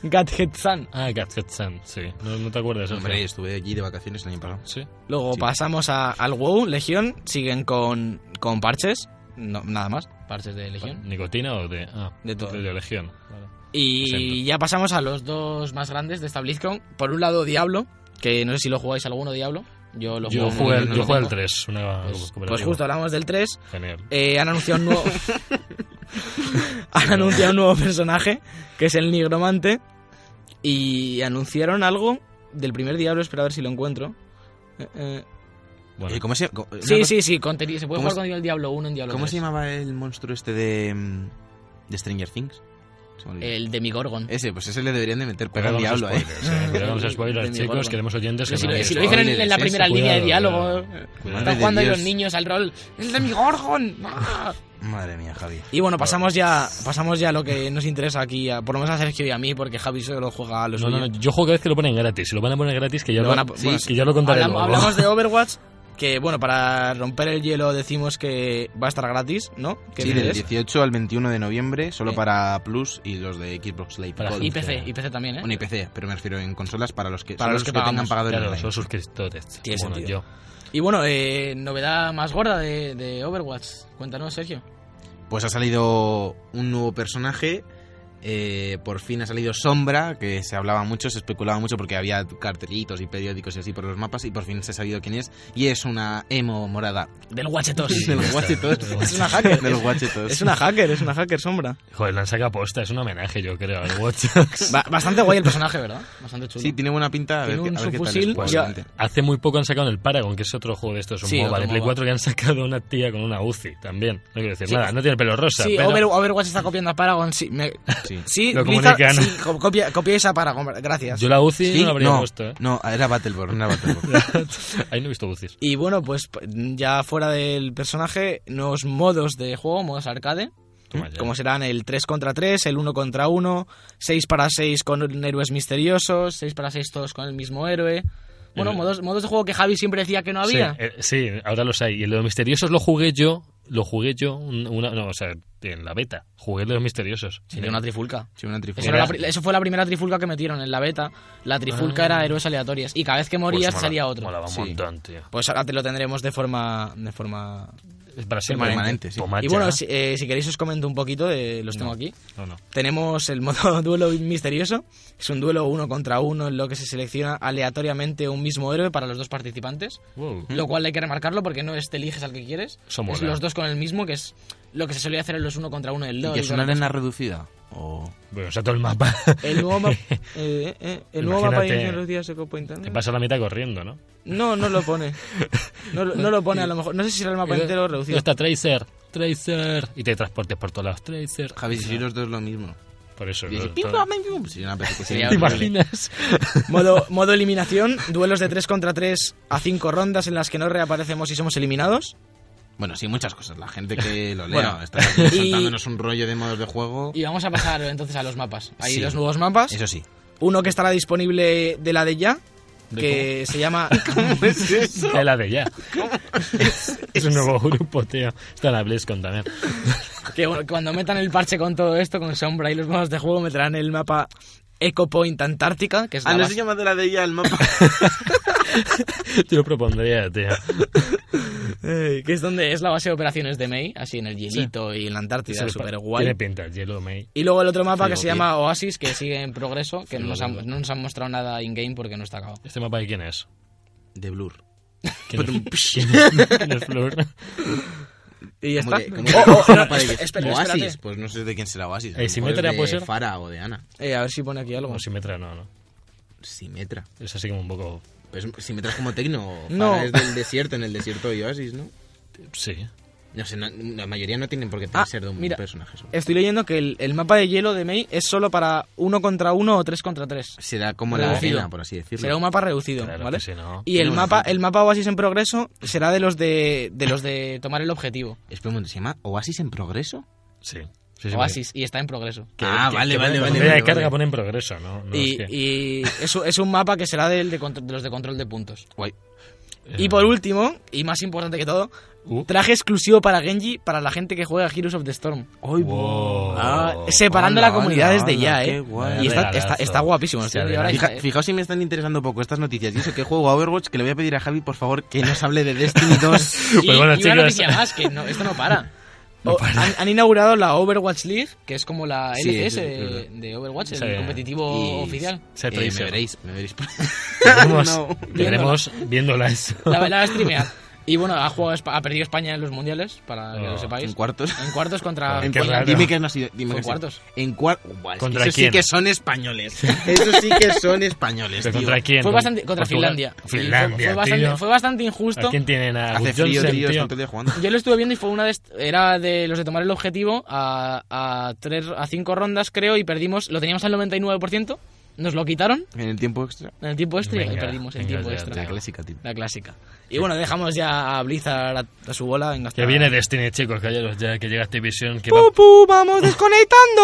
[SPEAKER 4] Gadgetzan.
[SPEAKER 2] Ah, Gadget-san, sí. No, no te acuerdas. Sergio?
[SPEAKER 3] Pues, Hombre, estuve allí de vacaciones el año pasado.
[SPEAKER 2] Sí.
[SPEAKER 4] Luego
[SPEAKER 3] Sí.
[SPEAKER 4] pasamos a, al WoW, Legión. Siguen con, con parches. No, nada más, parches de Legión.
[SPEAKER 2] ¿Nicotina o de...? Ah,
[SPEAKER 4] De todo.
[SPEAKER 2] De Legión. Vale.
[SPEAKER 4] Y
[SPEAKER 2] Exacto.
[SPEAKER 4] ya pasamos a los dos más grandes de esta BlizzCon. Por un lado, Diablo, que no sé si lo jugáis alguno, Diablo. Yo lo
[SPEAKER 2] Yo
[SPEAKER 4] juego.
[SPEAKER 2] jugué,
[SPEAKER 4] muy bien,
[SPEAKER 2] al-
[SPEAKER 4] no
[SPEAKER 2] yo
[SPEAKER 4] lo
[SPEAKER 2] jugué al
[SPEAKER 4] tengo.
[SPEAKER 2] 3, una
[SPEAKER 4] Pues,
[SPEAKER 2] cooperativa.
[SPEAKER 4] pues justo hablamos del 3.
[SPEAKER 2] Genial.
[SPEAKER 4] Eh, han anunciado un nuevo. han anunciado un nuevo personaje, que es el nigromante. Y anunciaron algo del primer Diablo, espera a ver si lo encuentro. Eh, eh,
[SPEAKER 2] Bueno,
[SPEAKER 3] Eh, ¿Cómo se, co- una
[SPEAKER 4] sí,
[SPEAKER 3] cosa-
[SPEAKER 4] sí, sí, contenido. Se puede
[SPEAKER 3] ¿Cómo
[SPEAKER 4] jugar
[SPEAKER 3] se-
[SPEAKER 4] con el Diablo 1 en Diablo
[SPEAKER 3] ¿Cómo
[SPEAKER 4] 3.
[SPEAKER 3] se llamaba el monstruo este de, mm, de Stranger Things? Se me olvidó.
[SPEAKER 4] El Demigorgon.
[SPEAKER 3] Ese, pues ese le deberían de meter pega
[SPEAKER 2] cuidado con
[SPEAKER 3] al
[SPEAKER 2] los
[SPEAKER 3] diablo, eh.
[SPEAKER 2] spoilers, eh. Cuidado
[SPEAKER 4] *laughs*
[SPEAKER 2] con los spoilers,
[SPEAKER 4] De mi
[SPEAKER 2] chicos.
[SPEAKER 4] Gorgon.
[SPEAKER 2] Queremos oyentes que
[SPEAKER 4] Si
[SPEAKER 2] no
[SPEAKER 4] lo,
[SPEAKER 2] hayan
[SPEAKER 4] si lo
[SPEAKER 3] spoilers,
[SPEAKER 4] dicen
[SPEAKER 2] spoilers.
[SPEAKER 4] en, en la
[SPEAKER 3] eso,
[SPEAKER 4] primera línea de
[SPEAKER 2] cuidado, Cuidado.
[SPEAKER 4] diálogo.
[SPEAKER 3] Madre
[SPEAKER 4] Están
[SPEAKER 3] de
[SPEAKER 4] jugando ahí
[SPEAKER 3] Dios.
[SPEAKER 4] los niños al rol. ¡El Demigorgon! ¡Ah!
[SPEAKER 3] Madre mía, Javi.
[SPEAKER 4] *laughs* Y bueno, pasamos ya, pasamos ya a lo que nos interesa aquí, a- por lo menos a Sergio y a mí, porque Javi solo juega a los
[SPEAKER 2] No, no, no, yo juego cada vez que lo ponen gratis. Si lo van a poner gratis, que ya lo,
[SPEAKER 4] Lo van a-
[SPEAKER 2] sí,
[SPEAKER 4] bueno,
[SPEAKER 2] que ya lo contaré
[SPEAKER 4] Hablam-
[SPEAKER 2] luego. *laughs*
[SPEAKER 4] Hablamos de Overwatch, que bueno, para romper el hielo decimos que va a estar gratis, ¿no? ¿Qué
[SPEAKER 3] Sí,
[SPEAKER 4] dices?
[SPEAKER 3] del 18 al 21 de noviembre, solo
[SPEAKER 4] Eh.
[SPEAKER 3] para Plus y los de Xbox Live.
[SPEAKER 2] Para
[SPEAKER 3] Gold.
[SPEAKER 4] Y PC, y PC también, ¿eh?
[SPEAKER 3] Bueno, y PC, pero me refiero en consolas para los que,
[SPEAKER 4] Para
[SPEAKER 3] solo
[SPEAKER 4] los que pagamos,
[SPEAKER 3] tengan pagadores
[SPEAKER 2] Claro,
[SPEAKER 3] online.
[SPEAKER 2] son suscriptores.
[SPEAKER 4] Tiene
[SPEAKER 2] bueno,
[SPEAKER 4] sentido.
[SPEAKER 2] yo.
[SPEAKER 4] Y bueno, eh, novedad más gorda de, de Overwatch. Cuéntanos, Sergio.
[SPEAKER 3] Pues ha salido un nuevo personaje. eh, por fin ha salido Sombra, que se hablaba mucho, se especulaba mucho porque había cartelitos y periódicos y así por los mapas. Y por fin se ha sabido quién es. Y es una emo morada.
[SPEAKER 4] Del Watchetos.
[SPEAKER 3] De los guachetos.
[SPEAKER 4] es una hacker.
[SPEAKER 3] De los guachetos.
[SPEAKER 4] Es una hacker, es una
[SPEAKER 2] *laughs*
[SPEAKER 4] hacker sombra.
[SPEAKER 2] Joder, la han sacado posta. Es un homenaje, yo creo, al Watch
[SPEAKER 4] *laughs*
[SPEAKER 2] Dogs.
[SPEAKER 4] Ba- bastante guay el personaje, ¿verdad? Bastante chulo.
[SPEAKER 3] Sí, tiene buena pinta. A ver,
[SPEAKER 4] Tiene
[SPEAKER 3] qué-
[SPEAKER 4] un
[SPEAKER 3] a ver qué tal
[SPEAKER 4] subfusil
[SPEAKER 3] es,
[SPEAKER 2] Pues,
[SPEAKER 4] Ya.
[SPEAKER 3] probablemente.
[SPEAKER 2] hace muy poco han sacado en el Paragon, que es otro juego de estos, un
[SPEAKER 4] Sí,
[SPEAKER 2] MOBA
[SPEAKER 4] otro
[SPEAKER 2] de Play
[SPEAKER 4] MOBA.
[SPEAKER 2] 4, que han sacado una tía con una UCI también. No quiero decir
[SPEAKER 4] Sí.
[SPEAKER 2] nada, no tiene el pelo rosa.
[SPEAKER 4] Sí,
[SPEAKER 2] pero
[SPEAKER 4] Over- Overwatch está copiando a Paragon. Sí, me-
[SPEAKER 3] Sí.
[SPEAKER 4] sí,
[SPEAKER 2] Lo
[SPEAKER 4] Blizzard-
[SPEAKER 2] comunican.
[SPEAKER 4] sí, co- copia, copiáis a Paragon, gracias.
[SPEAKER 2] Yo la UCI
[SPEAKER 3] Sí,
[SPEAKER 2] no la habría
[SPEAKER 3] no,
[SPEAKER 4] *laughs*
[SPEAKER 2] puesto, ¿eh?
[SPEAKER 3] no, era Battleborn. Era Battleborn.
[SPEAKER 2] Ahí no he visto UCIs.
[SPEAKER 4] Y bueno, pues p- ya fuera del personaje, nuevos modos de juego, modos arcade,
[SPEAKER 2] Toma ya.
[SPEAKER 4] como serán el 3 contra 3, el 1 contra 1, 6 para 6 con héroes misteriosos, 6 para 6 todos con el mismo héroe. Bueno,
[SPEAKER 2] El-
[SPEAKER 4] modos, modos de juego que Javi siempre decía que no había.
[SPEAKER 2] Sí, eh, sí, ahora los hay. Y los misteriosos lo jugué yo, lo jugué yo, un- una, no, o sea, en la beta, jugué los misteriosos.
[SPEAKER 4] Sería una trifulca.
[SPEAKER 3] Sí, una trifulca.
[SPEAKER 4] Eso, era la pri- eso fue la primera trifulca que metieron en la beta. La trifulca
[SPEAKER 2] Ah.
[SPEAKER 4] era héroes aleatorias. Y cada vez que morías
[SPEAKER 2] Pues mola-
[SPEAKER 4] salía otro.
[SPEAKER 2] Molaba un
[SPEAKER 3] Sí.
[SPEAKER 2] montón, tío.
[SPEAKER 4] Pues ahora te lo tendremos de forma. De forma...
[SPEAKER 2] Es para siempre.
[SPEAKER 3] Permanente, sí.
[SPEAKER 2] Toma
[SPEAKER 4] Y
[SPEAKER 2] ya.
[SPEAKER 4] bueno, si, eh, si queréis os comento un poquito de los tengo aquí.
[SPEAKER 2] No, no.
[SPEAKER 4] Tenemos el modo *laughs* duelo misterioso. Es un duelo uno contra uno en lo que se selecciona aleatoriamente un mismo héroe para los dos participantes.
[SPEAKER 2] Wow.
[SPEAKER 3] Mm.
[SPEAKER 4] Lo cual hay que remarcarlo porque no es te eliges al que quieres.
[SPEAKER 2] Eso
[SPEAKER 4] es
[SPEAKER 2] mola.
[SPEAKER 4] los dos con el mismo, que es lo que se solía hacer en los uno contra uno del
[SPEAKER 3] ¿Y
[SPEAKER 4] LoL.
[SPEAKER 3] que
[SPEAKER 4] y
[SPEAKER 3] es
[SPEAKER 4] toda
[SPEAKER 3] una
[SPEAKER 4] la
[SPEAKER 3] arena reducida? O...
[SPEAKER 2] Bueno, o sea, todo el mapa. *laughs*
[SPEAKER 4] cosa. El
[SPEAKER 3] *laughs*
[SPEAKER 4] nuevo, mapa eh, eh, el nuevo mapa
[SPEAKER 2] Imagínate.
[SPEAKER 4] de inicio de los días de Copa Internet.
[SPEAKER 2] Te pasa la mitad corriendo, ¿no?
[SPEAKER 4] No, no lo pone. No, lo- no lo pone a lo mejor. No sé si será
[SPEAKER 3] *laughs*
[SPEAKER 4] el mapa pues entero o reducido.
[SPEAKER 2] No está Tracer, Tracer. Y te transportes por todos lados. Tracer.
[SPEAKER 3] Javi, si sois los dos lo mismo.
[SPEAKER 2] Por eso.
[SPEAKER 3] Y
[SPEAKER 2] ¿no?
[SPEAKER 3] dije, pim,
[SPEAKER 2] Todo-
[SPEAKER 3] pam, pim, pum. Sí, una
[SPEAKER 4] *laughs*
[SPEAKER 3] peli que
[SPEAKER 4] Sería
[SPEAKER 2] ¿Te
[SPEAKER 3] sí. *laughs*
[SPEAKER 4] horrible.
[SPEAKER 2] imaginas?
[SPEAKER 4] Modo, modo eliminación, duelos de 3 contra 3 a 5 rondas en las que no reaparecemos y somos eliminados.
[SPEAKER 3] Bueno, sí, muchas cosas. La gente
[SPEAKER 4] *laughs*
[SPEAKER 3] que lo lea
[SPEAKER 4] Bueno,
[SPEAKER 3] está aquí
[SPEAKER 4] y-
[SPEAKER 3] soltándonos un rollo de modos de juego.
[SPEAKER 4] Y vamos a pasar entonces a los mapas. Hay
[SPEAKER 3] Sí.
[SPEAKER 4] los nuevos mapas.
[SPEAKER 3] Eso sí.
[SPEAKER 4] Uno que estará disponible de la de ya,
[SPEAKER 3] ¿De
[SPEAKER 4] que se *laughs* llama...
[SPEAKER 3] es eso?
[SPEAKER 2] De la de ya. *laughs* Es un nuevo grupo, tío. Está la BlizzCon también.
[SPEAKER 4] que bueno, cuando metan el parche con todo esto, con sombra y los modos de juego, meterán el mapa Eco Point Antártica, que es la
[SPEAKER 3] Ah, no
[SPEAKER 4] base-
[SPEAKER 3] se llama de la de ella el mapa.
[SPEAKER 2] Te lo propondría, tío.
[SPEAKER 4] *laughs* eh, que es donde es la base de operaciones de Mei, así en el hielito y en la Antártida,
[SPEAKER 2] Eso
[SPEAKER 4] súper
[SPEAKER 2] pa-
[SPEAKER 4] guay.
[SPEAKER 2] Tiene pinta, el hielo, May.
[SPEAKER 4] Y luego el otro mapa
[SPEAKER 3] Digo,
[SPEAKER 4] que se
[SPEAKER 3] bien.
[SPEAKER 4] llama Oasis, que sigue en progreso, que no
[SPEAKER 2] Digo,
[SPEAKER 4] nos, han,
[SPEAKER 2] bien.
[SPEAKER 4] no nos han mostrado nada in-game porque no está acabado.
[SPEAKER 2] ¿Este mapa de quién es?
[SPEAKER 3] De Blur.
[SPEAKER 2] ¿Quién es, ¿Quién es- quién es
[SPEAKER 4] *laughs*
[SPEAKER 2] Flor?
[SPEAKER 4] Y ya
[SPEAKER 3] ¿Cómo
[SPEAKER 4] está.
[SPEAKER 3] que-
[SPEAKER 4] *laughs*
[SPEAKER 3] cómo que-
[SPEAKER 4] Oh,
[SPEAKER 3] mapa
[SPEAKER 4] oh, no,
[SPEAKER 3] de-
[SPEAKER 4] espera, espera,
[SPEAKER 3] Oasis.
[SPEAKER 4] espérate.
[SPEAKER 3] Pues no sé de quién será Oasis.
[SPEAKER 2] Eh, Symmetra
[SPEAKER 3] Simetra
[SPEAKER 2] puede ser.
[SPEAKER 3] Fara o de Ana.
[SPEAKER 4] Eh, a ver si pone aquí algo.
[SPEAKER 2] No, Simetra no, no.
[SPEAKER 3] Simetra.
[SPEAKER 2] Es así como un poco...
[SPEAKER 3] Pues Simetra es como tecno. Fara
[SPEAKER 4] No.
[SPEAKER 3] es del desierto. En el desierto hay Oasis, ¿no?
[SPEAKER 2] Sí.
[SPEAKER 3] No sé, no- la mayoría no tienen por qué
[SPEAKER 4] Ah,
[SPEAKER 3] ser de un
[SPEAKER 4] mira.
[SPEAKER 3] personaje solo.
[SPEAKER 4] Estoy leyendo que el, el mapa de hielo de Mei es solo para uno contra uno o tres contra tres.
[SPEAKER 3] Será como la
[SPEAKER 4] Reducido.
[SPEAKER 3] arena, por así decirlo.
[SPEAKER 4] Será un mapa reducido,
[SPEAKER 2] Claro
[SPEAKER 4] ¿vale?
[SPEAKER 2] que sí, ¿no?
[SPEAKER 4] Y el
[SPEAKER 3] Tiene
[SPEAKER 4] mapa,
[SPEAKER 3] bastante.
[SPEAKER 4] el mapa Oasis en progreso será de los de, de los de tomar el objetivo.
[SPEAKER 3] Espera un momento, ¿se llama Oasis en progreso?
[SPEAKER 2] Sí. Sí, sí,
[SPEAKER 4] Oasis, y está en progreso.
[SPEAKER 2] que-
[SPEAKER 3] Ah,
[SPEAKER 2] que-
[SPEAKER 3] vale,
[SPEAKER 2] que pone-
[SPEAKER 3] vale, vale,
[SPEAKER 2] cuando le da
[SPEAKER 3] vale,
[SPEAKER 2] carga
[SPEAKER 3] vale.
[SPEAKER 2] pone en progreso, ¿no? No,
[SPEAKER 4] y
[SPEAKER 2] es que-
[SPEAKER 4] y es, un- es un mapa que será del de, contro- de los de control de puntos.
[SPEAKER 3] Guay.
[SPEAKER 4] Y por último, y más importante que todo,
[SPEAKER 2] Uh.
[SPEAKER 4] traje exclusivo para Genji para la gente que juega Heroes of the Storm.
[SPEAKER 2] Wow.
[SPEAKER 4] Ah,
[SPEAKER 2] *laughs*
[SPEAKER 4] separando
[SPEAKER 3] Hola,
[SPEAKER 4] las comunidades
[SPEAKER 3] hola,
[SPEAKER 4] de ya,
[SPEAKER 3] qué
[SPEAKER 4] eh.
[SPEAKER 3] guay.
[SPEAKER 4] Y está,
[SPEAKER 2] Regalazo.
[SPEAKER 4] está, está guapísimo. estoy
[SPEAKER 2] Sí,
[SPEAKER 4] viendo ahora y
[SPEAKER 2] adelante.
[SPEAKER 4] está-
[SPEAKER 3] Fija- fijaos si me están interesando un poco estas noticias. Y eso que juego a Overwatch, que le voy a pedir a Javi, por favor, que nos hable de Destiny
[SPEAKER 4] *laughs*
[SPEAKER 3] 2.
[SPEAKER 4] y,
[SPEAKER 2] Pues bueno,
[SPEAKER 4] y
[SPEAKER 2] chicos.
[SPEAKER 4] una noticia más, que no- esto no *laughs* para. O- Oh, han, han inaugurado la Overwatch League, que es como la
[SPEAKER 3] Sí,
[SPEAKER 4] LCS
[SPEAKER 3] sí, sí,
[SPEAKER 4] de-
[SPEAKER 3] verdad.
[SPEAKER 4] de Overwatch,
[SPEAKER 2] Sí.
[SPEAKER 4] el competitivo
[SPEAKER 3] Y-
[SPEAKER 4] oficial.
[SPEAKER 2] Se
[SPEAKER 3] Eh, me
[SPEAKER 2] traicionó.
[SPEAKER 3] veréis, me *laughs* veréis.
[SPEAKER 2] Tendremos,
[SPEAKER 4] *laughs*
[SPEAKER 3] No.
[SPEAKER 2] tendremos viéndolas.
[SPEAKER 4] La verdad es *laughs* streamear. Y bueno, ha, jugado, Espa- ha perdido España en los mundiales, para que
[SPEAKER 2] Oh,
[SPEAKER 4] lo sepáis.
[SPEAKER 3] en cuartos.
[SPEAKER 4] En cuartos contra.
[SPEAKER 2] Qué
[SPEAKER 3] En cuartos.
[SPEAKER 2] raro.
[SPEAKER 3] Dime que no ha sido. Dime
[SPEAKER 4] Fue
[SPEAKER 3] que ha sido.
[SPEAKER 4] cuartos.
[SPEAKER 3] En cuartos.
[SPEAKER 2] ¿Contra
[SPEAKER 3] Eso sí
[SPEAKER 2] quién?
[SPEAKER 3] que son españoles. *laughs* Eso sí que son españoles.
[SPEAKER 2] ¿Pero
[SPEAKER 3] tío.
[SPEAKER 2] contra quién?
[SPEAKER 4] Fue bastante. Contra
[SPEAKER 2] Portugal.
[SPEAKER 4] Pues Finlandia. Y fue-
[SPEAKER 2] Finlandia,
[SPEAKER 4] Fue, bastante,
[SPEAKER 2] tío.
[SPEAKER 4] fue bastante
[SPEAKER 2] ¿A
[SPEAKER 4] injusto.
[SPEAKER 2] quién tienen a
[SPEAKER 3] Hace
[SPEAKER 2] Good
[SPEAKER 3] frío,
[SPEAKER 2] Johnson,
[SPEAKER 3] tío,
[SPEAKER 2] tío?
[SPEAKER 3] están todo el día jugando.
[SPEAKER 4] Yo lo estuve viendo y fue una de est- era de los de tomar el objetivo a, a tres a cinco rondas creo y perdimos lo teníamos al 99% nos lo quitaron
[SPEAKER 3] En el tiempo extra.
[SPEAKER 4] en el tiempo extra y
[SPEAKER 2] Venga,
[SPEAKER 4] perdimos el
[SPEAKER 2] venga,
[SPEAKER 4] tiempo
[SPEAKER 2] ya,
[SPEAKER 4] extra
[SPEAKER 2] ya,
[SPEAKER 3] La clásica, tío.
[SPEAKER 4] la clásica y bueno dejamos ya a Blizzard a, a su bola venga, hasta-
[SPEAKER 2] Que viene Destiny, chicos, caballeros, ya que llega esta división que va-
[SPEAKER 4] Pupu, vamos desconectando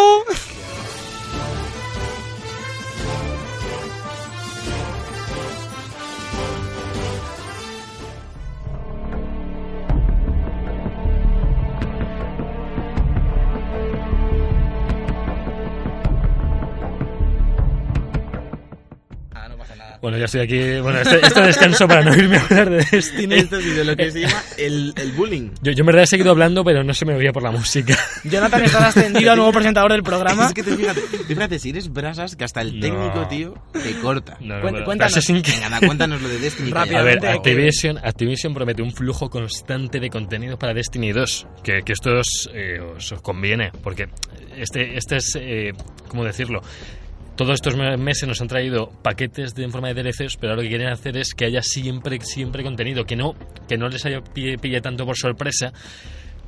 [SPEAKER 4] Ah, no pasa nada.
[SPEAKER 2] Bueno, ya estoy aquí. Bueno, este, este descanso para no irme a hablar de
[SPEAKER 4] *laughs* Este
[SPEAKER 2] Destiny.
[SPEAKER 3] Esto sí, de lo que se llama el, el bullying.
[SPEAKER 2] Yo, yo en verdad he seguido hablando, pero no se me oía por la música.
[SPEAKER 4] Jonathan está
[SPEAKER 2] *laughs*
[SPEAKER 4] ascendido a nuevo presentador del programa.
[SPEAKER 3] Es que te fíjate, te fíjate, si eres brasas, que hasta el
[SPEAKER 2] No.
[SPEAKER 3] técnico, tío, te corta.
[SPEAKER 2] No, no,
[SPEAKER 4] Cuen-
[SPEAKER 2] pero-
[SPEAKER 4] cuéntanos.
[SPEAKER 2] Assassin's Creed-
[SPEAKER 3] Venga, anda, cuéntanos lo de Destiny. que ya-
[SPEAKER 2] A ver,
[SPEAKER 4] Rápidamente, Obviamente,
[SPEAKER 2] Activision, Activision promete un flujo constante de contenidos para Destiny 2, que, que esto os, eh, os- os conviene, porque este, este es, eh, ¿cómo decirlo? Todos estos me- meses nos han traído paquetes de, en forma de DLCs, pero ahora lo que quieren hacer es que haya siempre, siempre contenido, que no, que no les haya pille, pille tanto por sorpresa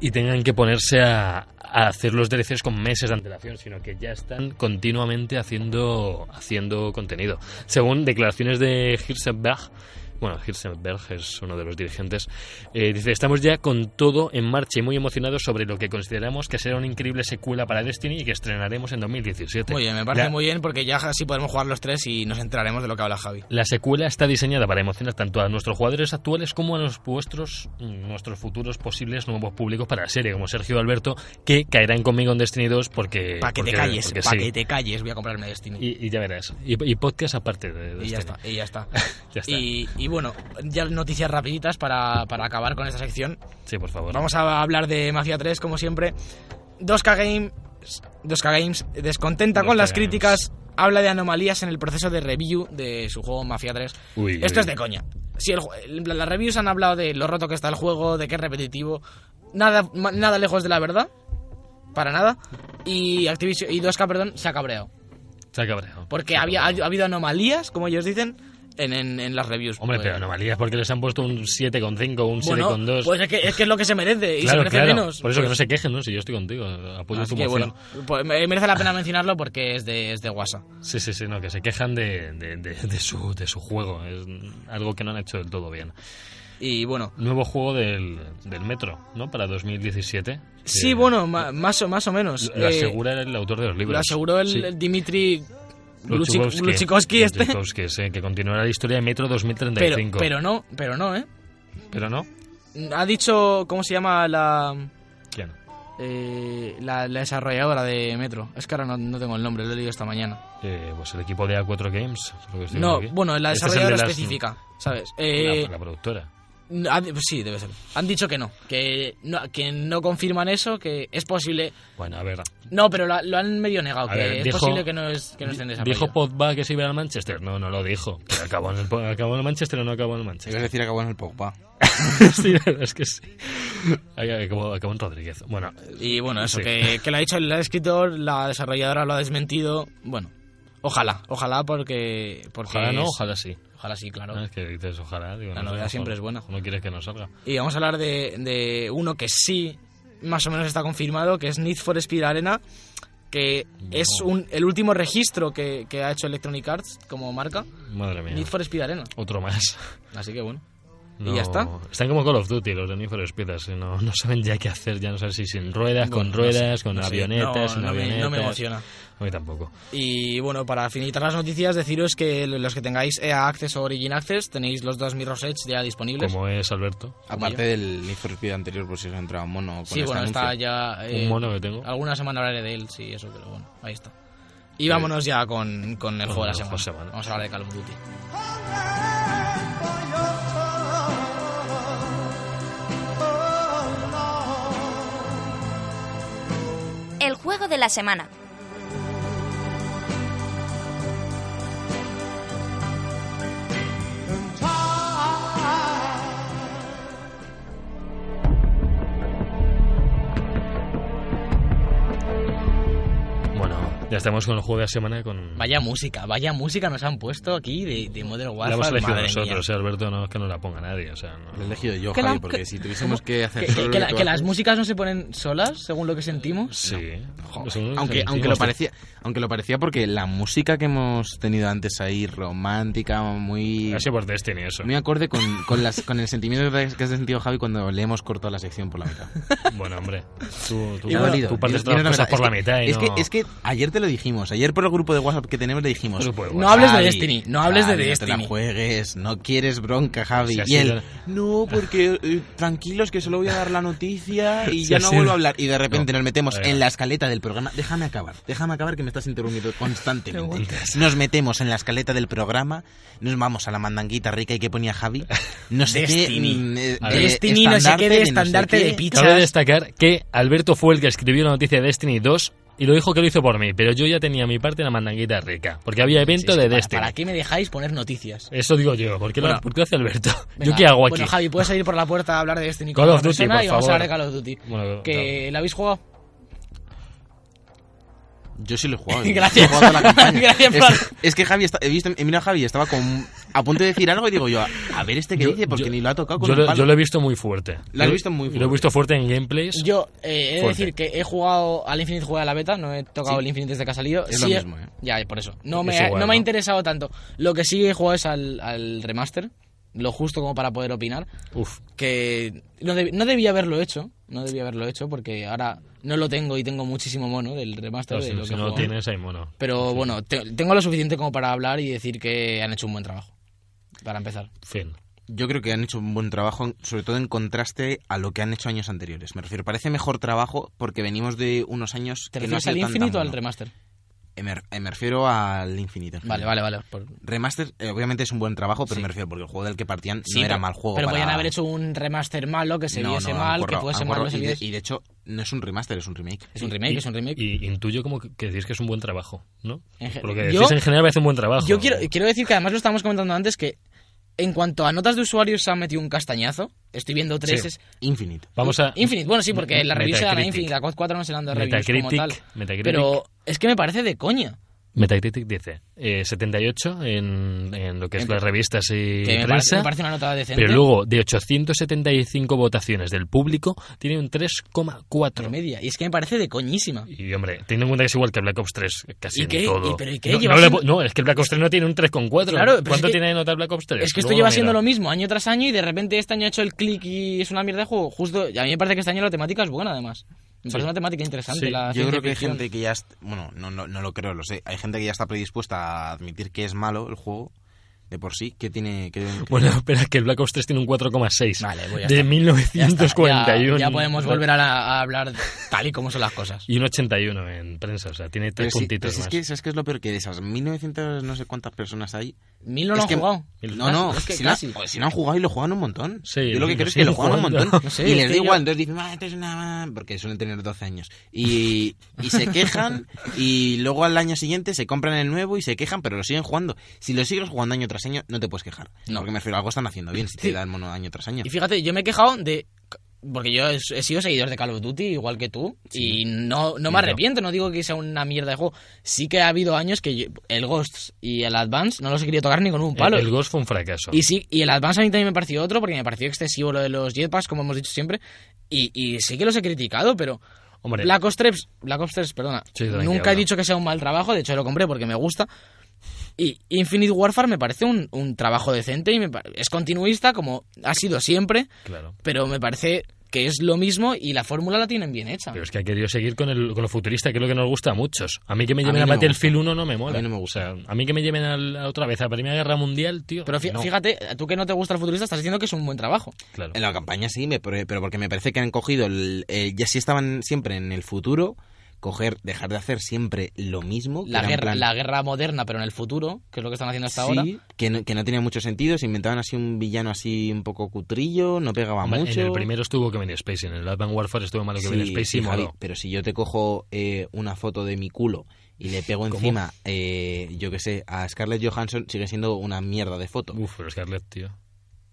[SPEAKER 2] y tengan que ponerse a, a hacer los DLCs con meses de antelación, sino que ya están continuamente haciendo, haciendo contenido. Según declaraciones de Hirsenberg, bueno, Hirsenberg es uno de los dirigentes, eh, dice, estamos ya con todo en marcha y muy emocionados sobre lo que consideramos que será una increíble secuela para Destiny y que estrenaremos en 2017.
[SPEAKER 4] Muy bien, me parece
[SPEAKER 2] La-
[SPEAKER 4] muy bien porque ya así podemos jugar los tres y nos enteraremos de lo que habla Javi.
[SPEAKER 2] la secuela está diseñada para emocionar tanto a nuestros jugadores actuales como a los vuestros, nuestros futuros posibles nuevos públicos para la serie, como Sergio Alberto, que caerán conmigo en Destiny 2 porque...
[SPEAKER 4] Para que te
[SPEAKER 2] Eh, porque-
[SPEAKER 4] calles,
[SPEAKER 2] porque
[SPEAKER 4] para
[SPEAKER 2] sí.
[SPEAKER 4] que te calles, voy a comprarme Destiny. Y,
[SPEAKER 2] Y, y ya verás. Y, y podcast aparte de Destiny.
[SPEAKER 4] ya está, y ya está.
[SPEAKER 2] *laughs* Ya está.
[SPEAKER 4] Y, y bueno, ya noticias rapiditas para, para acabar con esta sección.
[SPEAKER 2] Sí, por favor.
[SPEAKER 4] Pues Vamos a hablar de Mafia 3, como siempre. 2K Games, 2K Games descontenta
[SPEAKER 2] 2K
[SPEAKER 4] con las
[SPEAKER 2] Games.
[SPEAKER 4] críticas, habla de anomalías en el proceso de review de su juego Mafia 3.
[SPEAKER 2] Uy,
[SPEAKER 4] Esto
[SPEAKER 2] uy.
[SPEAKER 4] es de coña. Si el ju- en plan, las reviews han hablado de lo roto que está el juego, de que es repetitivo, nada, ma- nada lejos de la verdad, para nada. Y, Activision, y 2K perdón, se ha cabreado.
[SPEAKER 2] Se ha cabreado.
[SPEAKER 4] Porque
[SPEAKER 2] Se ha
[SPEAKER 4] había, ha,
[SPEAKER 2] cabreado.
[SPEAKER 4] habido anomalías, como ellos dicen, en, en- en las reviews.
[SPEAKER 2] Hombre,
[SPEAKER 4] Pues-
[SPEAKER 2] pero anomalías porque les han puesto un 7,5 un
[SPEAKER 4] Bueno,
[SPEAKER 2] 7,2.
[SPEAKER 4] pues es que, es que es lo que se merece, y se
[SPEAKER 2] claro,
[SPEAKER 4] merece
[SPEAKER 2] claro.
[SPEAKER 4] menos.
[SPEAKER 2] Por eso que
[SPEAKER 4] Pues-
[SPEAKER 2] no se quejen, ¿no? Si yo estoy contigo, apoyo
[SPEAKER 4] Así
[SPEAKER 2] tu
[SPEAKER 4] que,
[SPEAKER 2] moción.
[SPEAKER 4] bueno, pues, me- merece la pena mencionarlo porque es de, es de WhatsApp.
[SPEAKER 2] Sí, sí, sí, no, que se quejan de, de, de- de su, de su juego. Es algo que no han hecho del todo bien.
[SPEAKER 4] Y bueno.
[SPEAKER 2] Nuevo juego del, del Metro, ¿no? Para 2017.
[SPEAKER 4] Sí,
[SPEAKER 2] Eh,
[SPEAKER 4] bueno, ma- más o, más o menos.
[SPEAKER 2] Lo
[SPEAKER 4] Eh,
[SPEAKER 2] asegura el autor de los libros.
[SPEAKER 4] lo aseguró el,
[SPEAKER 2] Sí.
[SPEAKER 4] el Dimitri Gluchik-
[SPEAKER 2] Luchikowski.
[SPEAKER 4] Gluchikowski este.
[SPEAKER 2] Luchikowski, sí, que continuará la historia de Metro
[SPEAKER 4] Pero,
[SPEAKER 2] 2035.
[SPEAKER 4] pero no, pero no, ¿eh?
[SPEAKER 2] Pero no.
[SPEAKER 4] Ha dicho, ¿cómo se llama la,
[SPEAKER 2] ¿Quién?
[SPEAKER 4] eh, la, la desarrolladora de Metro? Es que ahora no, no tengo el nombre, lo he leído esta mañana.
[SPEAKER 2] Eh, pues el equipo de A4 Games. es lo que estoy
[SPEAKER 4] No,
[SPEAKER 2] viendo aquí.
[SPEAKER 4] bueno, la
[SPEAKER 2] Este es el de
[SPEAKER 4] desarrolladora
[SPEAKER 2] las-
[SPEAKER 4] específica, ¿sabes? Eh,
[SPEAKER 2] La, la productora.
[SPEAKER 4] ha di- pues sí, debe ser. Han dicho que no, que no, que no confirman eso, que es posible
[SPEAKER 2] Bueno, a ver.
[SPEAKER 4] No, pero lo, lo han medio negado,
[SPEAKER 2] A
[SPEAKER 4] que
[SPEAKER 2] ver,
[SPEAKER 4] es
[SPEAKER 2] dijo-
[SPEAKER 4] posible que no, es, que no esté en desarrollo.
[SPEAKER 2] ¿Dijo Pogba que se iba al Manchester? No, no lo dijo. Pero acabó en el, po- acabó en el Manchester o no acabó en el
[SPEAKER 3] Ibas a
[SPEAKER 4] *laughs*
[SPEAKER 2] Manchester. *laughs*
[SPEAKER 3] decir acabó en el Pogba.
[SPEAKER 2] sí, la verdad es que sí. Ahí Acabó, acabó en Rodríguez. Bueno,
[SPEAKER 4] Y bueno, eso,
[SPEAKER 2] Sí.
[SPEAKER 4] que, que lo ha dicho el escritor, la desarrolladora lo ha desmentido. Bueno, ojalá, ojalá porque... porque
[SPEAKER 2] ojalá no,
[SPEAKER 4] es- Ah.
[SPEAKER 2] ojalá sí.
[SPEAKER 4] Ojalá sí, claro.
[SPEAKER 2] No, es que dices ojalá. Digo,
[SPEAKER 4] La
[SPEAKER 2] no,
[SPEAKER 4] novedad
[SPEAKER 2] no,
[SPEAKER 4] siempre
[SPEAKER 2] no,
[SPEAKER 4] es buena.
[SPEAKER 2] No quieres que no salga.
[SPEAKER 4] Y vamos a hablar de, de uno que sí, más o menos está confirmado, que es Need for Speed Arena, que es
[SPEAKER 2] No.
[SPEAKER 4] un, el último registro que, que ha hecho Electronic Arts como marca,
[SPEAKER 2] Madre mía.
[SPEAKER 4] Need for Speed Arena.
[SPEAKER 2] Otro más.
[SPEAKER 4] Así que bueno.
[SPEAKER 2] No,
[SPEAKER 4] *laughs* y ya está.
[SPEAKER 2] Están como Call of Duty, los de Need for Speed, así, no, no saben ya qué hacer, ya no saben si sin ruedas, con
[SPEAKER 4] Bueno, no
[SPEAKER 2] ruedas,
[SPEAKER 4] sé,
[SPEAKER 2] con
[SPEAKER 4] no sé.
[SPEAKER 2] avionetas, sin
[SPEAKER 4] No, no me-
[SPEAKER 2] avionetas.
[SPEAKER 4] no me emociona.
[SPEAKER 2] A mí tampoco.
[SPEAKER 4] Y bueno, para finalizar las noticias, deciros que los que tengáis EA Access o Origin Access, tenéis los dos Mirror's Edge ya disponibles.
[SPEAKER 2] Como es Alberto,
[SPEAKER 3] Aparte del Need for Speed anterior, por si os ha entrado
[SPEAKER 2] Pues
[SPEAKER 3] mono con
[SPEAKER 4] Sí,
[SPEAKER 3] este
[SPEAKER 4] bueno, está
[SPEAKER 3] anuncio.
[SPEAKER 4] ya... eh,
[SPEAKER 2] un mono que tengo.
[SPEAKER 4] Alguna semana hablaré de él, sí, eso, pero bueno, ahí está. Y vámonos ya con, con el juego de la
[SPEAKER 2] el
[SPEAKER 4] semana.
[SPEAKER 2] juego de semana.
[SPEAKER 4] Vamos a hablar de Call of Duty.
[SPEAKER 1] El juego de la semana.
[SPEAKER 2] Bueno, ya estamos con el juego de la semana con...
[SPEAKER 4] Vaya música, vaya música nos han puesto aquí de, de Modern
[SPEAKER 2] la hemos
[SPEAKER 4] Warfare,
[SPEAKER 2] elegido
[SPEAKER 4] madre
[SPEAKER 2] nosotros,
[SPEAKER 4] mía.
[SPEAKER 2] o sea, Alberto no es que no la ponga nadie, o sea, no-
[SPEAKER 3] Lo he elegido yo,
[SPEAKER 4] Que la-
[SPEAKER 3] Javi, porque si
[SPEAKER 2] eh.
[SPEAKER 3] tuviésemos que hacer
[SPEAKER 4] Que, que-
[SPEAKER 3] solo
[SPEAKER 4] que
[SPEAKER 3] lo
[SPEAKER 4] la-
[SPEAKER 3] tú
[SPEAKER 4] que
[SPEAKER 3] haces-
[SPEAKER 4] las músicas no se ponen solas, según lo que sentimos.
[SPEAKER 2] Sí.
[SPEAKER 3] Joder,
[SPEAKER 2] Según nos
[SPEAKER 3] aunque, aunque,
[SPEAKER 2] sentimos,
[SPEAKER 3] lo
[SPEAKER 2] sí.
[SPEAKER 3] parecía, aunque lo parecía porque la música que hemos tenido antes ahí, romántica, muy...
[SPEAKER 2] Ha sido por Destiny eso.
[SPEAKER 3] Muy acorde con, con, las, con el sentimiento que has sentido, Javi, cuando le hemos cortado la sección por la mitad.
[SPEAKER 2] Bueno, hombre, tú, tú,
[SPEAKER 3] Me ha dolido.
[SPEAKER 2] tú partes
[SPEAKER 3] Yo- yo
[SPEAKER 2] todas
[SPEAKER 3] no
[SPEAKER 2] las
[SPEAKER 3] sé,
[SPEAKER 2] cosas por
[SPEAKER 3] es
[SPEAKER 2] la
[SPEAKER 3] que-
[SPEAKER 2] mitad y
[SPEAKER 3] es,
[SPEAKER 2] no...
[SPEAKER 3] que, es que ayer te lo dijimos. Ayer por el grupo de WhatsApp que tenemos le dijimos...
[SPEAKER 2] Grupo de
[SPEAKER 4] No hables de
[SPEAKER 3] Javi,
[SPEAKER 4] Destiny, no hables
[SPEAKER 3] Javi,
[SPEAKER 4] de
[SPEAKER 3] No te
[SPEAKER 4] Destiny.
[SPEAKER 3] la juegues, no quieres bronca, Javi.
[SPEAKER 2] Si ha
[SPEAKER 3] y él,
[SPEAKER 2] sido-
[SPEAKER 3] no, porque eh, tranquilos que solo voy a dar la
[SPEAKER 2] *laughs*
[SPEAKER 3] noticia y
[SPEAKER 2] Si
[SPEAKER 3] ya
[SPEAKER 2] ha
[SPEAKER 3] no
[SPEAKER 2] sido-
[SPEAKER 3] vuelvo a hablar. Y de repente
[SPEAKER 2] No,
[SPEAKER 3] nos metemos
[SPEAKER 2] venga.
[SPEAKER 3] en la escaleta del programa. Déjame acabar, déjame aguantar que me estás interrumpiendo constantemente. Nos metemos en la escaleta del programa, nos vamos a la mandanguita rica y que ponía Javi. No sé
[SPEAKER 4] Destiny.
[SPEAKER 3] qué. mm, eh,
[SPEAKER 2] A
[SPEAKER 3] de
[SPEAKER 2] ver.
[SPEAKER 4] Destiny, no sé qué, de
[SPEAKER 3] no sé
[SPEAKER 4] estandarte de
[SPEAKER 3] qué.
[SPEAKER 4] pichas.
[SPEAKER 2] Cabe destacar que Alberto fue el que escribió la noticia de Destiny 2 y lo dijo que lo hizo por mí, pero yo ya tenía mi parte en la mandanguita rica, porque había evento
[SPEAKER 4] Sí,
[SPEAKER 2] de
[SPEAKER 4] sí, para,
[SPEAKER 2] Destiny.
[SPEAKER 4] ¿Para qué me dejáis poner noticias?
[SPEAKER 2] Eso digo yo, ¿por qué, lo-
[SPEAKER 4] Bueno.
[SPEAKER 2] por qué lo hace Alberto? *laughs*
[SPEAKER 4] Venga,
[SPEAKER 2] ¿Yo qué hago aquí?
[SPEAKER 4] Bueno, Javi, puedes salir por la puerta a hablar de Destiny
[SPEAKER 2] Call
[SPEAKER 4] con
[SPEAKER 2] of
[SPEAKER 4] otra
[SPEAKER 2] Duty,
[SPEAKER 4] persona
[SPEAKER 2] por
[SPEAKER 4] y vamos a
[SPEAKER 2] favor.
[SPEAKER 4] hablar de Call of Duty.
[SPEAKER 2] Bueno,
[SPEAKER 4] que la habéis jugado.
[SPEAKER 3] Yo
[SPEAKER 4] *laughs*
[SPEAKER 3] sí lo he jugado.
[SPEAKER 4] Gracias.
[SPEAKER 3] yo he jugado toda la campaña.
[SPEAKER 4] *laughs* Gracias,
[SPEAKER 3] es,
[SPEAKER 4] Fran.
[SPEAKER 3] es que Javi, está- he, visto, he mirado a Javi y estaba con, a punto de decir algo y digo yo, a, a ver este que
[SPEAKER 2] Yo-
[SPEAKER 3] dice, porque
[SPEAKER 2] yo-
[SPEAKER 3] ni lo ha tocado con
[SPEAKER 2] yo,
[SPEAKER 3] un
[SPEAKER 2] lo,
[SPEAKER 3] palo.
[SPEAKER 2] yo lo he visto muy fuerte.
[SPEAKER 3] Lo has
[SPEAKER 2] Yo-
[SPEAKER 3] visto muy
[SPEAKER 2] Lo he
[SPEAKER 3] fuerte.
[SPEAKER 2] visto fuerte en gameplays.
[SPEAKER 4] Yo eh, he de
[SPEAKER 2] Fuerte.
[SPEAKER 4] decir que he jugado al Infinite jugué a la beta, no he tocado
[SPEAKER 3] Sí.
[SPEAKER 4] el Infinite desde que ha salido.
[SPEAKER 3] Es lo
[SPEAKER 4] Sí,
[SPEAKER 3] mismo, ¿eh?
[SPEAKER 4] Ya, por eso. No,
[SPEAKER 2] Es
[SPEAKER 4] me, ha-
[SPEAKER 2] igual,
[SPEAKER 4] no me
[SPEAKER 2] ¿no?
[SPEAKER 4] ha interesado tanto. Lo que sí he jugado es al, al remaster, lo justo como para poder opinar.
[SPEAKER 2] Uf,
[SPEAKER 4] Que no, deb- no debía haberlo hecho, no debía haberlo hecho porque ahora no lo tengo y tengo muchísimo mono del remaster.
[SPEAKER 2] claro,
[SPEAKER 4] de
[SPEAKER 2] si,
[SPEAKER 4] lo
[SPEAKER 2] si
[SPEAKER 4] que he
[SPEAKER 2] no lo
[SPEAKER 4] jugado.
[SPEAKER 2] tienes, hay mono.
[SPEAKER 4] Pero bueno, te- tengo lo suficiente como para hablar y decir que han hecho un buen trabajo. Para empezar.
[SPEAKER 2] Fin.
[SPEAKER 3] Yo creo que han hecho un buen trabajo, sobre todo en contraste a lo que han hecho años anteriores. Me refiero, parece mejor trabajo porque venimos de unos años
[SPEAKER 4] ¿Te
[SPEAKER 3] que no ha
[SPEAKER 4] refieres
[SPEAKER 3] sido
[SPEAKER 4] al
[SPEAKER 3] tan
[SPEAKER 4] Infinite o
[SPEAKER 3] tan
[SPEAKER 4] al
[SPEAKER 3] bueno.
[SPEAKER 4] remaster?
[SPEAKER 3] Eh, me, eh, me refiero al infinito. en
[SPEAKER 4] Vale,
[SPEAKER 3] general.
[SPEAKER 4] vale, vale. por-
[SPEAKER 3] Remaster, eh, obviamente es un buen trabajo, pero me refiero porque el juego del que partían no era
[SPEAKER 4] pero-
[SPEAKER 3] mal juego.
[SPEAKER 4] Pero
[SPEAKER 3] para-
[SPEAKER 4] podían haber hecho un remaster malo, que se
[SPEAKER 3] No,
[SPEAKER 4] viese
[SPEAKER 3] no, han
[SPEAKER 4] mal,
[SPEAKER 3] currado,
[SPEAKER 4] que fuese
[SPEAKER 3] han
[SPEAKER 4] malo,
[SPEAKER 3] currado,
[SPEAKER 4] se
[SPEAKER 3] y de-
[SPEAKER 4] viese-
[SPEAKER 3] y de hecho, no es un remaster, es un remake.
[SPEAKER 4] Es un remake,
[SPEAKER 2] Y-
[SPEAKER 4] es un remake.
[SPEAKER 2] Y intuyo como que, que decís que es un buen trabajo, ¿no?
[SPEAKER 4] En ge-
[SPEAKER 2] Por lo que
[SPEAKER 4] yo-
[SPEAKER 2] decís en general parece un buen trabajo.
[SPEAKER 4] Yo quiero, quiero decir que además lo estábamos comentando antes que en cuanto a notas de usuarios se ha metido un castañazo. Estoy viendo tres.
[SPEAKER 2] Sí.
[SPEAKER 4] es-
[SPEAKER 3] Infinite.
[SPEAKER 2] Vamos a...
[SPEAKER 4] Infinite, bueno, sí, porque la review se dan a
[SPEAKER 2] Metacritic.
[SPEAKER 4] Infinite, la COD 4 no se le han dado reviews como
[SPEAKER 2] Metacritic,
[SPEAKER 4] tal.
[SPEAKER 2] Metacritic.
[SPEAKER 4] Pero es que me parece de coña.
[SPEAKER 2] Metacritic dice eh, 78 en, en lo que es
[SPEAKER 4] En-
[SPEAKER 2] las revistas y
[SPEAKER 4] Que me, parece,
[SPEAKER 2] prensa,
[SPEAKER 4] me parece una nota decente.
[SPEAKER 2] pero luego de 875 votaciones del público tiene un
[SPEAKER 4] de
[SPEAKER 2] 3,4.
[SPEAKER 4] media. Y es que me parece de coñísima.
[SPEAKER 2] Y hombre, teniendo en cuenta que es igual que Black Ops 3, casi
[SPEAKER 4] ¿Y
[SPEAKER 2] en
[SPEAKER 4] qué?
[SPEAKER 2] todo.
[SPEAKER 4] ¿Y pero y qué?
[SPEAKER 2] No,
[SPEAKER 4] Lleva
[SPEAKER 2] no,
[SPEAKER 4] siendo-
[SPEAKER 2] no, es que el Black Ops 3 no tiene un 3,4.
[SPEAKER 4] Claro, pero es
[SPEAKER 2] ¿Cuánto
[SPEAKER 4] que-
[SPEAKER 2] tiene de nota el Black Ops 3?
[SPEAKER 4] Es que esto
[SPEAKER 2] Luego
[SPEAKER 4] lleva
[SPEAKER 2] lo
[SPEAKER 4] siendo
[SPEAKER 2] miro.
[SPEAKER 4] lo mismo año tras año y de repente este año ha hecho el clic y es una mierda de juego. Justo, y a mí me parece que este año la temática es buena además. Me parece una temática interesante.
[SPEAKER 2] Sí,
[SPEAKER 4] la
[SPEAKER 3] Yo
[SPEAKER 4] ciencia
[SPEAKER 3] creo que hay
[SPEAKER 4] ficción.
[SPEAKER 3] gente que ya. est- Bueno, no, no, no lo creo, lo sé. Hay gente que ya está predispuesta a admitir que es malo el juego de por sí, que tiene. Que,
[SPEAKER 2] Bueno, *laughs* espera, que el Black Ops 3 tiene un 4,6
[SPEAKER 4] Vale, voy a
[SPEAKER 2] de
[SPEAKER 4] estar. Ya está,
[SPEAKER 2] 1941.
[SPEAKER 4] Ya, ya podemos volver a, la- a hablar tal y como son las cosas.
[SPEAKER 2] Y un 81 en prensa, o sea, tiene
[SPEAKER 3] Pero
[SPEAKER 2] tres
[SPEAKER 3] sí,
[SPEAKER 2] puntitos
[SPEAKER 3] pero si es
[SPEAKER 2] más.
[SPEAKER 3] que, ¿sabes qué es lo peor? Que de esas 1900 no sé cuántas personas hay.
[SPEAKER 4] Mil no
[SPEAKER 3] es
[SPEAKER 4] lo han
[SPEAKER 3] que-
[SPEAKER 4] jugado.
[SPEAKER 3] No, no,
[SPEAKER 4] Es que
[SPEAKER 3] si,
[SPEAKER 4] casi.
[SPEAKER 3] No, joder, si no han jugado y lo juegan un montón.
[SPEAKER 2] Sí,
[SPEAKER 3] yo lo que
[SPEAKER 2] lo
[SPEAKER 3] creo es que
[SPEAKER 2] siguen
[SPEAKER 3] lo juegan un
[SPEAKER 2] jugando.
[SPEAKER 3] montón.
[SPEAKER 4] No sé,
[SPEAKER 3] *laughs* y
[SPEAKER 4] es
[SPEAKER 3] les
[SPEAKER 4] que
[SPEAKER 3] da
[SPEAKER 4] yo-
[SPEAKER 3] igual, entonces dicen, "Ah, esto es una... Porque suelen tener 12 años. Y, y
[SPEAKER 4] *laughs*
[SPEAKER 3] se quejan y luego al año siguiente se compran el nuevo y se quejan, pero lo siguen jugando. Si lo sigues jugando año tras año, no te puedes quejar.
[SPEAKER 4] No.
[SPEAKER 3] Porque me refiero, algo están haciendo bien si te dan mono año tras año.
[SPEAKER 4] Y fíjate, yo me he quejado de. Porque yo he he sido seguidor de Call of Duty, igual que tú, y no, no me arrepiento, no digo que sea una mierda de juego. Sí que ha habido años que yo- el Ghosts y el Advance no los he querido tocar ni con un
[SPEAKER 2] El,
[SPEAKER 3] Eh,
[SPEAKER 4] palo.
[SPEAKER 2] el Ghost fue un fracaso.
[SPEAKER 4] Y sí, y el Advance a mí también me pareció otro, porque me pareció excesivo lo de los jetpacks, como hemos dicho siempre. Y, y sí que los he criticado, pero.
[SPEAKER 2] Hombre.
[SPEAKER 4] Black Ops 3, Black Ops 3, perdona.
[SPEAKER 2] Sí, tranquilo,
[SPEAKER 4] nunca he
[SPEAKER 2] no.
[SPEAKER 4] dicho que sea un mal trabajo, de hecho lo compré porque me gusta. Y Infinite Warfare me parece un, un trabajo decente y me pa- es continuista como ha sido siempre,
[SPEAKER 2] Claro.
[SPEAKER 4] pero me parece que es lo mismo y la fórmula la tienen bien hecha.
[SPEAKER 2] Pero es que ha querido seguir con, el, con lo futurista, que es lo que nos gusta a muchos. A mí que me lleven a,
[SPEAKER 3] mí no me
[SPEAKER 2] Battlefield 1 no me mola.
[SPEAKER 3] A mí no me gusta.
[SPEAKER 2] O sea, a mí que me lleven al- a otra vez a la Primera Guerra Mundial, tío.
[SPEAKER 4] Pero fí-
[SPEAKER 2] no.
[SPEAKER 4] fíjate, tú que no te gusta el futurista estás diciendo que es un buen trabajo.
[SPEAKER 2] Claro.
[SPEAKER 3] En la campaña sí, me- pero, pero porque me parece que han cogido, el, el- ya si estaban siempre en el futuro, coger, dejar de hacer siempre lo mismo. que
[SPEAKER 4] La
[SPEAKER 3] era en
[SPEAKER 4] guerra,
[SPEAKER 3] plan-
[SPEAKER 4] la guerra moderna, pero en el futuro, que es lo que están haciendo hasta
[SPEAKER 3] sí,
[SPEAKER 4] ahora.
[SPEAKER 3] Que, no, que no tenía mucho sentido, se inventaban así un villano así un poco cutrillo, no pegaba
[SPEAKER 2] Hombre,
[SPEAKER 3] mucho.
[SPEAKER 2] En el primero estuvo Kevin Spacey, en el Advanced Warfare estuvo malo
[SPEAKER 3] Sí,
[SPEAKER 2] Kevin Spacey
[SPEAKER 3] sí,
[SPEAKER 2] y
[SPEAKER 3] Javi,
[SPEAKER 2] moló.
[SPEAKER 3] pero si yo te cojo eh, una foto de mi culo y le pego encima, eh, yo qué sé, a Scarlett Johansson sigue siendo una mierda de foto.
[SPEAKER 2] Uf, pero Scarlett, tío.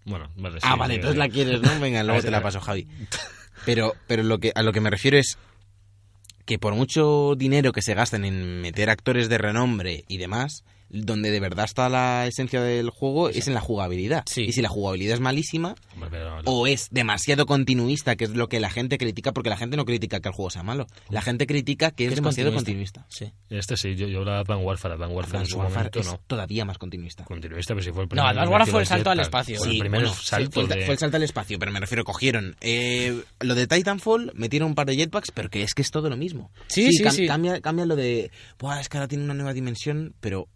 [SPEAKER 2] Bueno, vale. sí,
[SPEAKER 3] ah,
[SPEAKER 2] eh,
[SPEAKER 3] vale,
[SPEAKER 2] sí,
[SPEAKER 3] entonces
[SPEAKER 2] vale.
[SPEAKER 3] la quieres, ¿no? Venga, luego
[SPEAKER 2] sí,
[SPEAKER 3] te la
[SPEAKER 2] claro. *laughs*
[SPEAKER 3] paso, Javi. Pero, pero lo que, a lo que me refiero es que por mucho dinero que se gasten en meter actores de renombre y demás, donde de verdad está la esencia del juego es en la jugabilidad.
[SPEAKER 4] Sí.
[SPEAKER 3] Y si la jugabilidad es malísima
[SPEAKER 2] Hombre, pero-
[SPEAKER 3] o es demasiado continuista, que es lo que la gente critica, porque la gente no critica que el juego sea malo. La gente critica que es,
[SPEAKER 4] es
[SPEAKER 3] demasiado
[SPEAKER 4] continuista.
[SPEAKER 3] continuista.
[SPEAKER 4] Sí.
[SPEAKER 2] Este sí, yo, yo hablaba de Advanced Warfare. Advanced Warfare en
[SPEAKER 3] Advanced
[SPEAKER 2] su
[SPEAKER 3] Warfare
[SPEAKER 2] momento
[SPEAKER 3] es
[SPEAKER 2] no.
[SPEAKER 3] todavía más continuista.
[SPEAKER 2] Continuista, pero si fue el
[SPEAKER 4] No,
[SPEAKER 2] primer.
[SPEAKER 4] Advanced Warfare fue el
[SPEAKER 2] Actividad
[SPEAKER 4] salto al
[SPEAKER 2] tal.
[SPEAKER 4] espacio.
[SPEAKER 2] Fue el
[SPEAKER 4] Sí,
[SPEAKER 2] primer
[SPEAKER 3] bueno, sí,
[SPEAKER 2] salto.
[SPEAKER 3] fue, el,
[SPEAKER 2] de-
[SPEAKER 3] fue el salto al espacio, pero me refiero, cogieron eh, lo de Titanfall, metieron un par de jetpacks, pero que es que es todo lo mismo.
[SPEAKER 4] Sí, sí, sí.
[SPEAKER 3] Cambia, cambia lo de, Buah, es que ahora tiene una nueva dimensión, pero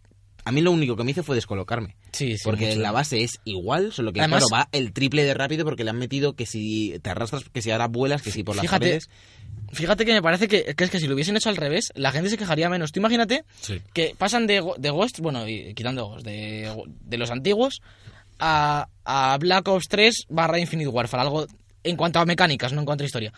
[SPEAKER 3] a mí lo único que me hizo fue descolocarme.
[SPEAKER 4] Sí, sí,
[SPEAKER 3] porque
[SPEAKER 4] mucho.
[SPEAKER 3] la base es igual, solo que
[SPEAKER 4] Además-
[SPEAKER 3] claro, va el triple de rápido porque le han metido que si te arrastras, que si ahora vuelas, que si por las
[SPEAKER 4] Fíjate,
[SPEAKER 3] paredes.
[SPEAKER 4] Fíjate que me parece que, que es que si lo hubiesen hecho al revés, la gente se quejaría menos. Tú imagínate
[SPEAKER 2] Sí.
[SPEAKER 4] que pasan de, Go- de Ghost, bueno, y quitando Ghost, de, de los antiguos, a, a Black Ops 3 barra Infinite Warfare, algo en cuanto a mecánicas, no en cuanto a historia.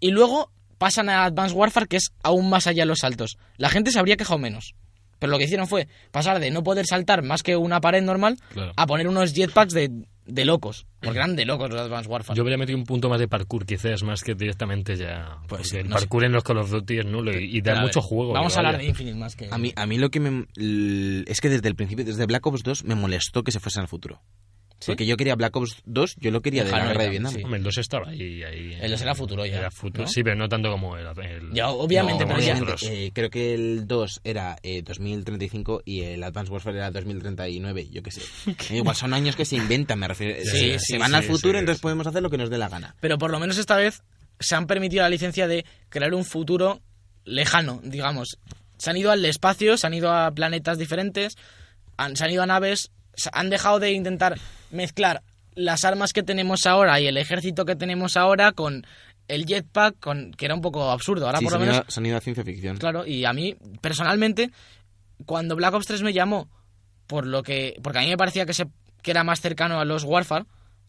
[SPEAKER 4] Y luego pasan a Advanced Warfare, que es aún más allá de los saltos. La gente se habría quejado menos. Pero lo que hicieron fue pasar de no poder saltar más que una pared normal
[SPEAKER 2] Claro.
[SPEAKER 4] a poner unos jetpacks de, de locos. Porque eran de locos los Advanced Warfare.
[SPEAKER 2] Yo habría metido un punto más de parkour, quizás, más que directamente ya.
[SPEAKER 4] Pues
[SPEAKER 2] Pues
[SPEAKER 4] sí,
[SPEAKER 2] el
[SPEAKER 4] no
[SPEAKER 2] parkour en los Call of Duty es nulo y, y
[SPEAKER 4] Pero
[SPEAKER 2] da
[SPEAKER 4] a
[SPEAKER 2] mucho
[SPEAKER 4] ver,
[SPEAKER 2] juego.
[SPEAKER 4] Vamos
[SPEAKER 2] que
[SPEAKER 4] a hablar
[SPEAKER 2] vaya.
[SPEAKER 4] de Infinite más que.
[SPEAKER 3] A mí, a mí lo que me. l- Es que desde el principio, desde Black Ops 2, me molestó que se fuesen al futuro.
[SPEAKER 4] ¿Sí?
[SPEAKER 3] Porque yo quería Black Ops 2, yo lo quería de la
[SPEAKER 4] Ojalá,
[SPEAKER 3] guerra de
[SPEAKER 4] ya,
[SPEAKER 3] Vietnam.
[SPEAKER 4] sí.
[SPEAKER 2] Hombre, el 2 estaba ahí. ahí
[SPEAKER 4] El 2 era futuro ya,
[SPEAKER 2] Era futuro,
[SPEAKER 4] ¿no?
[SPEAKER 2] Sí, pero no tanto como el. el-
[SPEAKER 4] Ya, obviamente,
[SPEAKER 2] no,
[SPEAKER 4] pero ya-
[SPEAKER 2] nosotros.
[SPEAKER 3] eh, creo que el 2 era eh, 2035 y el Advanced Warfare era 2039, yo qué
[SPEAKER 4] *laughs*
[SPEAKER 3] sé. Eh, Igual son años que se inventan, me refiero.
[SPEAKER 2] Sí,
[SPEAKER 3] se-
[SPEAKER 2] sí,
[SPEAKER 3] se
[SPEAKER 2] sí,
[SPEAKER 3] van
[SPEAKER 2] sí,
[SPEAKER 3] al futuro,
[SPEAKER 2] sí,
[SPEAKER 3] entonces
[SPEAKER 2] sí.
[SPEAKER 3] podemos hacer lo que nos dé la gana.
[SPEAKER 4] Pero por lo menos esta vez se han permitido la licencia de crear un futuro lejano, digamos. Se han ido al espacio, se han ido a planetas diferentes, han- se han ido a naves, se- han dejado de intentar mezclar las armas que tenemos ahora y el ejército que tenemos ahora con el jetpack, con, que era un poco absurdo. Ahora
[SPEAKER 3] Sí,
[SPEAKER 4] por lo
[SPEAKER 3] sonido,
[SPEAKER 4] menos
[SPEAKER 3] sonido a ciencia ficción.
[SPEAKER 4] Claro, y a mí, personalmente, cuando Black Ops 3 me llamó, por lo que. Porque a mí me parecía que, se, que era más cercano a los Warfare,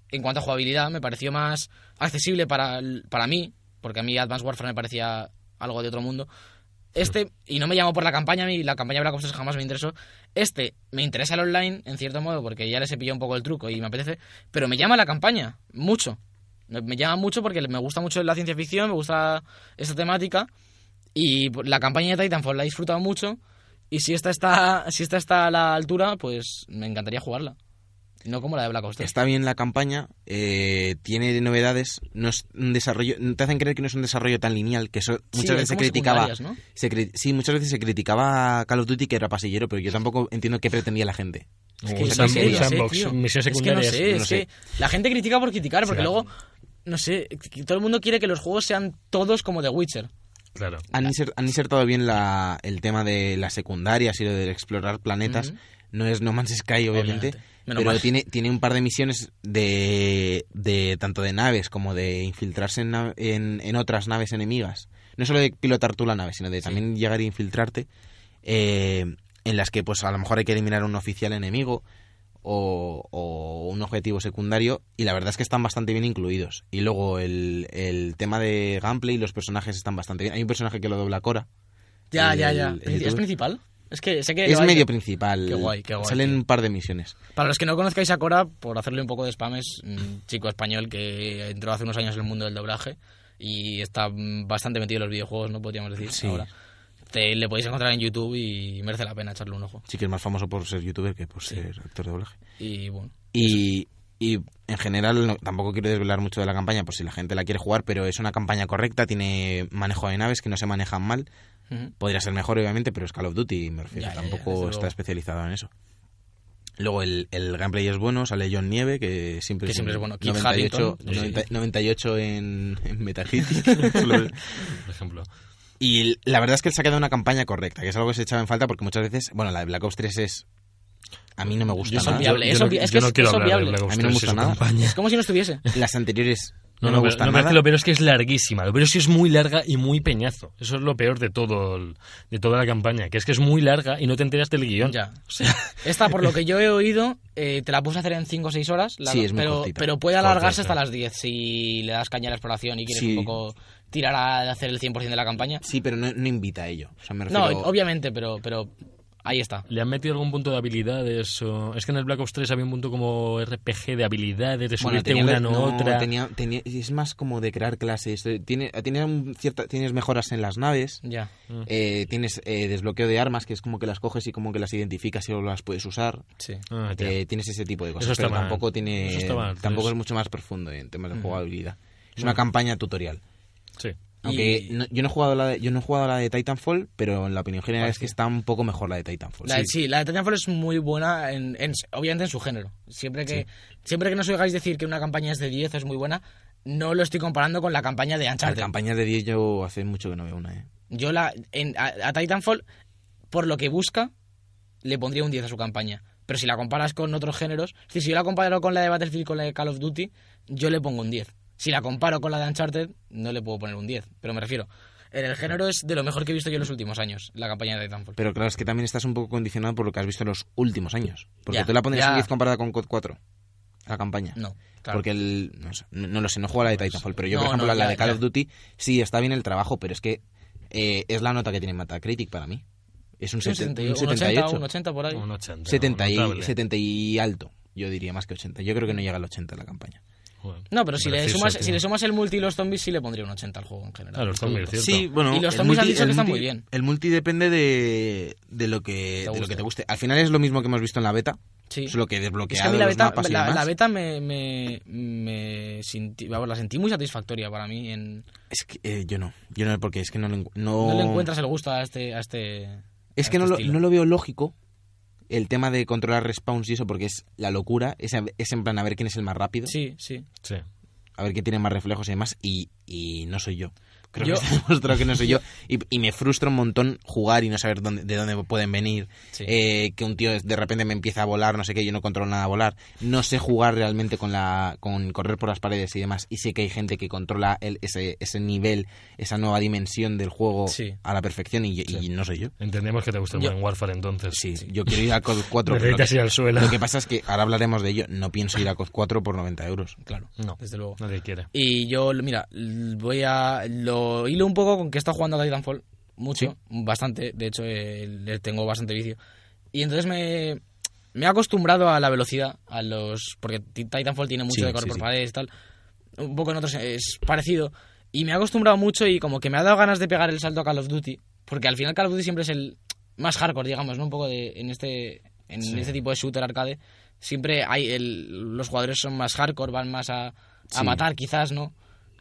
[SPEAKER 4] en cuanto a jugabilidad, me pareció más accesible para, el- para mí, porque a mí Advanced Warfare me parecía algo de otro mundo. Este, y no me llamó por la campaña, a mí la campaña Black Ops 3 jamás me interesó. Este me interesa el online, en cierto modo, porque ya les he pillado un poco el truco y me apetece, pero me llama la campaña, mucho. Me, me llama mucho porque me gusta mucho la ciencia ficción, me gusta esta temática. Y pues, la campaña de Titanfall la he disfrutado mucho. Y si esta está, si esta está a la altura, pues me encantaría jugarla. No como la de Black Ops 3.
[SPEAKER 3] Está bien la campaña, eh, tiene novedades, no es un desarrollo, te hacen creer que no es un desarrollo tan lineal, que eso
[SPEAKER 4] Sí,
[SPEAKER 3] muchas
[SPEAKER 4] es
[SPEAKER 3] veces se
[SPEAKER 4] como
[SPEAKER 3] criticaba,
[SPEAKER 4] secundarias, ¿no?
[SPEAKER 3] se cri- sí, muchas veces se criticaba a Call of Duty que era pasillero, pero yo tampoco entiendo qué pretendía la gente.
[SPEAKER 4] Es
[SPEAKER 2] Un
[SPEAKER 4] que
[SPEAKER 2] sand-
[SPEAKER 4] no sé,
[SPEAKER 2] un
[SPEAKER 4] no sé,
[SPEAKER 2] sandbox,
[SPEAKER 4] tío.
[SPEAKER 2] misión
[SPEAKER 4] Es que no
[SPEAKER 2] secundaria.
[SPEAKER 4] sé,
[SPEAKER 3] no
[SPEAKER 4] es que
[SPEAKER 3] sé.
[SPEAKER 4] la gente critica por criticar, porque
[SPEAKER 2] Sí,
[SPEAKER 4] luego, no sé, que todo el mundo quiere que los juegos sean todos como The Witcher.
[SPEAKER 2] Claro.
[SPEAKER 4] Ah,
[SPEAKER 3] Han, inser- han insertado bien la, el tema de las secundarias y lo de explorar planetas.
[SPEAKER 4] Ujú.
[SPEAKER 3] No es No Man's Sky, obviamente.
[SPEAKER 4] Obviamente. Menos
[SPEAKER 3] pero
[SPEAKER 4] mal.
[SPEAKER 3] tiene, tiene un par de misiones de, de tanto de naves como de infiltrarse en, na- en- en otras naves enemigas. No solo de pilotar tú la nave, sino de también llegar e infiltrarte. eh, en las que pues a lo mejor hay que eliminar un oficial enemigo o, o un objetivo secundario y la verdad es que están bastante bien incluidos. Y luego el, el tema de gameplay y los personajes están bastante bien. Hay un personaje que lo dobla Cora.
[SPEAKER 4] Ya,
[SPEAKER 3] El-
[SPEAKER 4] ya, ya.
[SPEAKER 3] el
[SPEAKER 4] Princi- ¿Es
[SPEAKER 3] youtuber.
[SPEAKER 4] principal? Es que sé que.
[SPEAKER 3] Es
[SPEAKER 4] hay-
[SPEAKER 3] medio principal.
[SPEAKER 4] Qué guay, qué guay,
[SPEAKER 3] Salen
[SPEAKER 4] tío.
[SPEAKER 3] un par de misiones.
[SPEAKER 4] Para los que no conozcáis a Cora, por hacerle un poco de spam, es un chico español que entró hace unos años en el mundo del doblaje y está mm, bastante metido en los videojuegos, ¿no? Podríamos decir
[SPEAKER 3] Sí.
[SPEAKER 4] ahora. Te- le podéis encontrar en YouTube y merece la pena echarle un ojo.
[SPEAKER 3] Sí que es más famoso por ser youtuber que por ser actor de doblaje.
[SPEAKER 4] Y bueno,
[SPEAKER 3] Y, Y en general, no- tampoco quiero desvelar mucho de la campaña por si la gente la quiere jugar, pero es una campaña correcta, tiene manejo de naves que no se manejan mal.
[SPEAKER 4] Ujú.
[SPEAKER 3] Podría ser mejor, obviamente, pero es Call of Duty, me refiero.
[SPEAKER 4] Ya, ya, ya,
[SPEAKER 3] tampoco
[SPEAKER 4] desde luego.
[SPEAKER 3] está especializado en eso. Luego el, el gameplay es bueno, sale John Nieve, que siempre,
[SPEAKER 4] Que siempre es bueno. Kit Harington,
[SPEAKER 3] 90 98 en, en
[SPEAKER 4] *laughs*
[SPEAKER 3] Metacritic. Solo-
[SPEAKER 2] por ejemplo.
[SPEAKER 3] y l- la verdad es que él se ha quedado una campaña correcta, que es algo que se echaba en falta porque muchas veces, bueno, la de Black Ops 3 es... A mí no me gusta
[SPEAKER 4] Yo soy
[SPEAKER 3] nada.
[SPEAKER 4] viable, es
[SPEAKER 2] no-
[SPEAKER 4] obvi- es que
[SPEAKER 2] yo no
[SPEAKER 4] es-
[SPEAKER 2] quiero
[SPEAKER 4] es
[SPEAKER 2] hablar de
[SPEAKER 4] obviable.
[SPEAKER 2] Black Ops
[SPEAKER 3] A mí no me
[SPEAKER 2] 3 y su
[SPEAKER 3] gusta nada.
[SPEAKER 2] campaña.
[SPEAKER 4] Es como si no estuviese.
[SPEAKER 3] Las
[SPEAKER 2] No,
[SPEAKER 3] anteriores no,
[SPEAKER 2] no,
[SPEAKER 3] me
[SPEAKER 2] pero-
[SPEAKER 3] gustan
[SPEAKER 2] no, pero es
[SPEAKER 3] nada.
[SPEAKER 2] que lo peor es que es larguísima. Lo peor es que es muy larga y muy peñazo. Eso es lo peor de todo el- de toda la campaña, que es que es muy larga y no te enteras del guión.
[SPEAKER 4] Ya.
[SPEAKER 2] O sea,
[SPEAKER 4] Esta, por lo que yo he oído, eh, te la puedes hacer en 5 o 6 horas, la-
[SPEAKER 3] Sí, es muy
[SPEAKER 4] pero,
[SPEAKER 3] cortita.
[SPEAKER 4] pero puede alargarse
[SPEAKER 2] Corta,
[SPEAKER 4] hasta las 10 si le das caña a la exploración y quieres
[SPEAKER 3] Sí.
[SPEAKER 4] un poco tirar a hacer el 100% de la campaña.
[SPEAKER 3] Sí, pero no, no invita a ello. O sea, me
[SPEAKER 4] No,
[SPEAKER 3] refiero...
[SPEAKER 4] obviamente, pero, pero ahí está.
[SPEAKER 2] ¿Le han metido algún punto de habilidades? o- Es que en el Black Ops 3 había un punto como RPG de habilidades, de
[SPEAKER 3] Bueno,
[SPEAKER 2] subirte
[SPEAKER 3] tenía
[SPEAKER 2] una
[SPEAKER 3] la-
[SPEAKER 2] no,
[SPEAKER 3] no,
[SPEAKER 2] otra.
[SPEAKER 3] tenía- tenía- es más como de crear clases. Eh, Tiene, tiene un cierta, tienes mejoras en las naves.
[SPEAKER 4] Ya.
[SPEAKER 2] Mm.
[SPEAKER 3] eh, tienes eh, desbloqueo de armas, que es como que las coges y como que las identificas y luego las puedes usar.
[SPEAKER 4] Sí.
[SPEAKER 2] Ah, tía.
[SPEAKER 3] Eh, tienes ese tipo de cosas.
[SPEAKER 2] Eso está
[SPEAKER 3] pero
[SPEAKER 2] mal.
[SPEAKER 3] tampoco
[SPEAKER 2] Eso
[SPEAKER 3] tiene
[SPEAKER 2] está mal, Mm.
[SPEAKER 3] tampoco
[SPEAKER 2] es-
[SPEAKER 3] es mucho más profundo en temas de jugabilidad. Es una campaña tutorial.
[SPEAKER 2] Sí.
[SPEAKER 3] Aunque
[SPEAKER 4] Y-
[SPEAKER 3] no- yo no he jugado la de, yo no he jugado la de Titanfall, pero en la opinión general es que está un poco mejor la de Titanfall.
[SPEAKER 4] Ah, La, sí. la de Titanfall es muy buena, en, en- obviamente en su género. Siempre que, siempre que nos oigáis decir que una campaña es de 10 o es muy buena, no lo estoy comparando con la campaña de
[SPEAKER 3] La
[SPEAKER 4] Uncharted.
[SPEAKER 3] campaña de 10 yo hace mucho que no veo una, eh.
[SPEAKER 4] Yo la, en- a, a Titanfall, por lo que busca, le pondría un 10 a su campaña. Pero si la comparas con otros géneros, es decir, si yo la comparo con la de Battlefield, con la de Call of Duty, yo le pongo un 10. Si la comparo con la de Uncharted, no le puedo poner un 10. Pero me refiero, en el género es de lo mejor que he visto yo en los últimos años, la campaña de Titanfall.
[SPEAKER 3] Pero claro, es que también estás un poco condicionado por lo que has visto en los últimos años. Porque
[SPEAKER 4] Ya,
[SPEAKER 3] tú la pondrías
[SPEAKER 4] ya.
[SPEAKER 3] en 10 comparada con COD 4, la campaña.
[SPEAKER 4] No, claro.
[SPEAKER 3] Porque el, no, sé, no lo sé, no juego a la de Titanfall, pero yo,
[SPEAKER 4] No,
[SPEAKER 3] por ejemplo,
[SPEAKER 4] no,
[SPEAKER 3] la
[SPEAKER 4] ya,
[SPEAKER 3] de Call
[SPEAKER 4] ya.
[SPEAKER 3] of Duty, sí, está bien el trabajo, pero es que eh, es la nota que tiene Metacritic para mí. Es un,
[SPEAKER 4] Sí, un
[SPEAKER 3] seten-
[SPEAKER 4] 70,
[SPEAKER 3] un
[SPEAKER 4] un 80,
[SPEAKER 3] 78.
[SPEAKER 4] un 80 por ahí.
[SPEAKER 2] Un 80.
[SPEAKER 3] 70 y-
[SPEAKER 2] notable.
[SPEAKER 3] 70 y alto, yo diría, más que 80. Yo creo que no llega al 80 la campaña.
[SPEAKER 2] Joder.
[SPEAKER 4] No, pero si le,
[SPEAKER 2] Gracioso,
[SPEAKER 4] sumas,
[SPEAKER 2] tío.
[SPEAKER 4] si le sumas el multi y los zombies, sí le pondría un 80 al juego en general.
[SPEAKER 2] Ah, los zombies, cierto.
[SPEAKER 3] bueno.
[SPEAKER 4] Y los
[SPEAKER 3] el
[SPEAKER 4] zombies han
[SPEAKER 3] multi-
[SPEAKER 4] dicho
[SPEAKER 3] el
[SPEAKER 4] que están
[SPEAKER 3] multi-
[SPEAKER 4] muy bien.
[SPEAKER 3] El multi depende de, de, lo que, de lo
[SPEAKER 4] guste.
[SPEAKER 3] que te guste. Al final es lo mismo que hemos visto en la beta,
[SPEAKER 4] Sí.
[SPEAKER 3] solo que
[SPEAKER 4] Es que a
[SPEAKER 3] desbloqueado
[SPEAKER 4] mí la
[SPEAKER 3] los
[SPEAKER 4] beta,
[SPEAKER 3] mapas y
[SPEAKER 4] la,
[SPEAKER 3] demás.
[SPEAKER 4] la beta me, me, me sentí, vamos, la sentí muy satisfactoria para mí. En,
[SPEAKER 3] Es que eh, yo no, yo no, porque es que no lo, encu- no,
[SPEAKER 4] No le encuentras el gusto a este... A este
[SPEAKER 3] Oh. Es
[SPEAKER 4] a
[SPEAKER 3] que no
[SPEAKER 4] este
[SPEAKER 3] lo,
[SPEAKER 4] estilo.
[SPEAKER 3] no lo veo lógico el tema de controlar respawns y eso, porque es la locura. Es, a- es en plan a ver quién es el más rápido,
[SPEAKER 4] Sí, sí.
[SPEAKER 2] Sí.
[SPEAKER 3] a ver quién tiene más reflejos y demás, y, y no soy yo. Creo *laughs*
[SPEAKER 4] Yo-
[SPEAKER 3] que está demostrado que no
[SPEAKER 4] *laughs*
[SPEAKER 3] soy yo. Y, y me frustra un montón jugar y no saber dónde, de dónde pueden venir.
[SPEAKER 4] Sí.
[SPEAKER 3] eh, que un tío de repente me empieza a volar, no sé qué, yo no controlo nada volar. No sé jugar realmente con la con correr por las paredes y demás. Y sé que hay gente que controla el- ese, ese nivel, esa nueva dimensión del juego
[SPEAKER 4] Sí.
[SPEAKER 3] a la perfección y, y no soy yo.
[SPEAKER 2] Entendemos que te gusta el Modern Warfare entonces.
[SPEAKER 3] Sí, yo quiero ir a COD 4. pero
[SPEAKER 2] *laughs*
[SPEAKER 3] lo
[SPEAKER 2] Necesitas
[SPEAKER 3] que-
[SPEAKER 2] ir al suelo.
[SPEAKER 3] Lo que pasa es que ahora hablaremos de ello. No pienso ir a COD 4 por 90 euros.
[SPEAKER 4] Claro,
[SPEAKER 2] No.
[SPEAKER 4] desde luego.
[SPEAKER 2] Nadie quiere.
[SPEAKER 4] Y yo, mira, l- voy a... Lo hilo un poco con que he estado jugando a Titanfall. Mucho, bastante. De hecho, eh, le tengo bastante vicio. Y entonces me, me he acostumbrado a la velocidad, a los... Porque Ti- Titanfall tiene mucho
[SPEAKER 3] Sí,
[SPEAKER 4] de correr
[SPEAKER 3] sí,
[SPEAKER 4] por
[SPEAKER 3] sí.
[SPEAKER 4] paredes y tal. Un poco en otros es parecido. Y me he acostumbrado mucho y como que me ha dado ganas de pegar el salto a Call of Duty. Porque al final Call of Duty siempre es el más hardcore, digamos, ¿no? Un poco de, en este en este tipo de shooter arcade. Siempre hay el- los jugadores son más hardcore, van más a, a
[SPEAKER 3] Sí.
[SPEAKER 4] matar quizás, ¿no?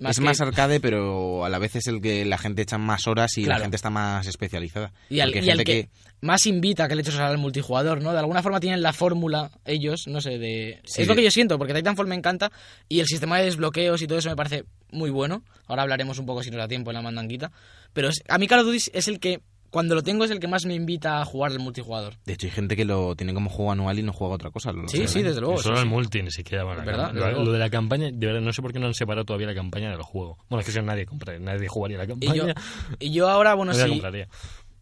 [SPEAKER 3] es
[SPEAKER 4] que-
[SPEAKER 3] más arcade, pero a la vez es el que la gente echa más horas y
[SPEAKER 4] Claro.
[SPEAKER 3] la gente está más especializada.
[SPEAKER 4] Y al,
[SPEAKER 3] Porque hay
[SPEAKER 4] y al
[SPEAKER 3] gente
[SPEAKER 4] que, más invita que el hecho es al multijugador, ¿no? De alguna forma tienen la fórmula ellos, no sé, de...
[SPEAKER 3] Sí,
[SPEAKER 4] es lo que
[SPEAKER 3] de-
[SPEAKER 4] yo siento, porque Titanfall me encanta y el sistema de desbloqueos y todo eso me parece muy bueno. Ahora hablaremos un poco si nos da tiempo en la mandanguita. Pero es- a mí Call of Duty es el que, cuando lo tengo, es el que más me invita a jugar al multijugador.
[SPEAKER 3] De hecho, hay gente que lo tiene como juego anual y no juega otra cosa. lo- lo
[SPEAKER 4] Sí,
[SPEAKER 3] sé,
[SPEAKER 4] sí,
[SPEAKER 3] ¿eh?
[SPEAKER 4] desde luego.
[SPEAKER 2] solo
[SPEAKER 4] sí,
[SPEAKER 2] el
[SPEAKER 4] sí.
[SPEAKER 2] multi ni siquiera van a
[SPEAKER 4] ¿Verdad?
[SPEAKER 2] acabar.
[SPEAKER 4] Desde
[SPEAKER 2] Lo,
[SPEAKER 4] luego.
[SPEAKER 2] lo de la campaña, de verdad, no sé por qué no han separado todavía la campaña del juego. Bueno, es que si no, nadie compra, nadie jugaría la
[SPEAKER 4] Y yo,
[SPEAKER 2] campaña.
[SPEAKER 4] y yo ahora, bueno,
[SPEAKER 2] nadie la
[SPEAKER 4] sí,
[SPEAKER 2] compraría.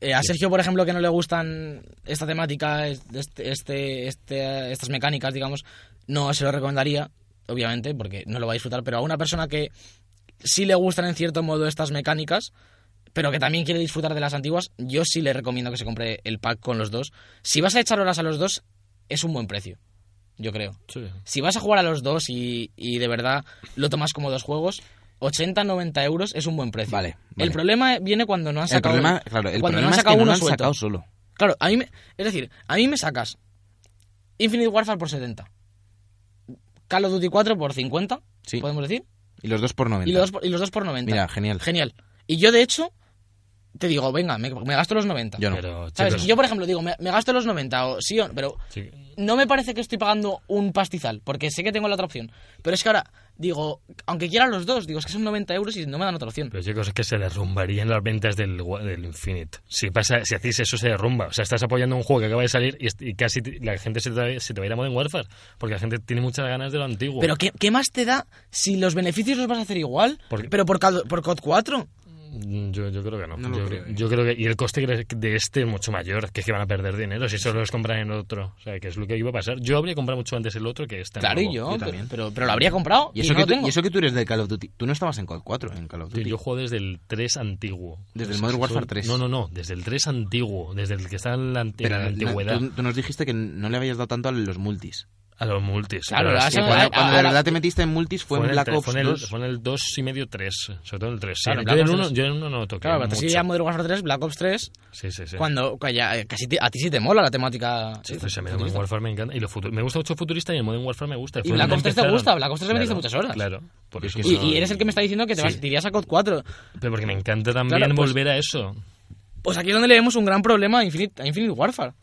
[SPEAKER 4] Eh, a Sergio, por ejemplo, que no le gustan esta temática, este, este, este- estas mecánicas, digamos, no se lo recomendaría, obviamente, porque no lo va a disfrutar, pero a una persona que sí le gustan en cierto modo estas mecánicas, pero que también quiere disfrutar de las antiguas, yo sí le recomiendo que se compre el pack con los dos. Si vas a echar horas a los dos, es un buen precio, yo creo.
[SPEAKER 2] Sí.
[SPEAKER 4] Si vas a jugar a los dos y, y de verdad lo tomas como dos juegos, 80-90 euros es un buen precio.
[SPEAKER 3] Vale,
[SPEAKER 4] El
[SPEAKER 3] vale.
[SPEAKER 4] problema viene cuando no han
[SPEAKER 3] El
[SPEAKER 4] sacado...
[SPEAKER 3] problema, claro, el
[SPEAKER 4] cuando
[SPEAKER 3] problema
[SPEAKER 4] no han
[SPEAKER 3] es
[SPEAKER 4] sacado
[SPEAKER 3] que no lo
[SPEAKER 4] uno
[SPEAKER 3] han
[SPEAKER 4] suelto.
[SPEAKER 3] sacado solo.
[SPEAKER 4] Claro, a mí me, es decir, a mí me sacas Infinite Warfare por 70. Call of Duty 4 por 50,
[SPEAKER 3] Sí.
[SPEAKER 4] podemos decir.
[SPEAKER 3] Y los dos por 90.
[SPEAKER 4] Y los, dos por, y los dos por 90.
[SPEAKER 3] Mira, genial.
[SPEAKER 4] Genial. Y yo, de hecho, te digo, venga, me, me gasto los 90.
[SPEAKER 3] Yo no.
[SPEAKER 2] Pero,
[SPEAKER 4] ¿Sabes?
[SPEAKER 2] chicos,
[SPEAKER 4] Yo, por ejemplo, digo, me, me gasto los 90, o sí o no, pero
[SPEAKER 2] sí,
[SPEAKER 4] no me parece que estoy pagando un pastizal, porque sé que tengo la otra opción. Pero es que ahora, digo, aunque quiera los dos, digo, es que son 90 euros y no me dan otra opción.
[SPEAKER 2] Pero chicos, es que se derrumbarían las ventas del, gua- del Infinite. Si pasa, si hacéis eso, se derrumba. O sea, estás apoyando un juego que acaba de salir y, est- y casi te- la gente se te, se te va a ir a Modern Warfare. Porque la gente tiene muchas ganas de lo antiguo.
[SPEAKER 4] Pero ¿qué, qué más te da si los beneficios los vas a hacer igual?
[SPEAKER 2] ¿Por qué?
[SPEAKER 4] pero por, Cod- por COD 4.
[SPEAKER 2] Mm, Yo, yo creo que no.
[SPEAKER 3] No lo
[SPEAKER 2] yo,
[SPEAKER 3] creo, ¿eh?
[SPEAKER 2] yo creo que. Y el coste de- de este es mucho mayor, que es que van a perder dinero si solo los compran en otro. O sea, que es lo que iba a pasar. Yo habría comprado mucho antes el otro que este.
[SPEAKER 4] Claro,
[SPEAKER 2] nuevo.
[SPEAKER 4] y yo,
[SPEAKER 3] yo
[SPEAKER 4] pero,
[SPEAKER 3] también.
[SPEAKER 4] pero, pero lo habría comprado
[SPEAKER 3] Y eso,
[SPEAKER 4] no
[SPEAKER 3] que
[SPEAKER 4] lo
[SPEAKER 3] tú,
[SPEAKER 4] tengo.
[SPEAKER 3] y eso que tú eres del Call of Duty. Tú no estabas en COD 4, en Call of
[SPEAKER 2] Tío,
[SPEAKER 3] Duty.
[SPEAKER 2] Yo juego desde el 3 antiguo.
[SPEAKER 3] Desde el Modern Warfare 3.
[SPEAKER 2] No, no, no. Desde el 3 antiguo. Desde el que está en la, anti-
[SPEAKER 3] Pero
[SPEAKER 2] en la
[SPEAKER 3] no-
[SPEAKER 2] antigüedad.
[SPEAKER 3] tú, tú nos dijiste que no le habías dado tanto a los multis.
[SPEAKER 2] A los multis.
[SPEAKER 4] Claro,
[SPEAKER 2] Pero
[SPEAKER 4] la
[SPEAKER 2] es
[SPEAKER 4] Sí,
[SPEAKER 2] que
[SPEAKER 4] vas a-
[SPEAKER 2] cuando-
[SPEAKER 4] ah,
[SPEAKER 3] cuando cuando de
[SPEAKER 4] ahora-
[SPEAKER 3] verdad te metiste en multis fue en
[SPEAKER 2] el
[SPEAKER 3] Black
[SPEAKER 2] tre-
[SPEAKER 3] Ops
[SPEAKER 2] fue en el,
[SPEAKER 3] 2.
[SPEAKER 2] fue en el 2 y medio 3, sobre todo en el 3.
[SPEAKER 4] Claro,
[SPEAKER 2] yo, en
[SPEAKER 4] Black
[SPEAKER 2] el
[SPEAKER 4] Ops
[SPEAKER 2] 1,
[SPEAKER 4] tres.
[SPEAKER 2] yo en el 1 no toqué.
[SPEAKER 4] Claro, pero te
[SPEAKER 2] mucho.
[SPEAKER 4] sigue ya Modern Warfare 3, Black Ops 3,
[SPEAKER 2] Sí, sí, sí.
[SPEAKER 4] cuando que ya- eh, casi te- a ti sí te mola la temática.
[SPEAKER 2] Sí, pues a mí el Modern
[SPEAKER 4] futurista.
[SPEAKER 2] Warfare me encanta. Y lo futu- me gusta mucho futurista y el Modern Warfare me gusta.
[SPEAKER 4] Y
[SPEAKER 2] Fue
[SPEAKER 4] Black
[SPEAKER 2] donde
[SPEAKER 4] Ops 3 te
[SPEAKER 2] empezaron.
[SPEAKER 4] gusta, Black Ops 3 le metiste muchas horas.
[SPEAKER 2] Claro, por eso.
[SPEAKER 4] Y,
[SPEAKER 2] no-
[SPEAKER 4] y eres el que me está diciendo que te vas,
[SPEAKER 2] Sí.
[SPEAKER 4] te irías a COD 4.
[SPEAKER 2] Pero porque me encanta también
[SPEAKER 4] Claro, pues-
[SPEAKER 2] volver a eso.
[SPEAKER 4] Pues aquí es donde le vemos un gran problema a Infinite, a Infinite Warfare.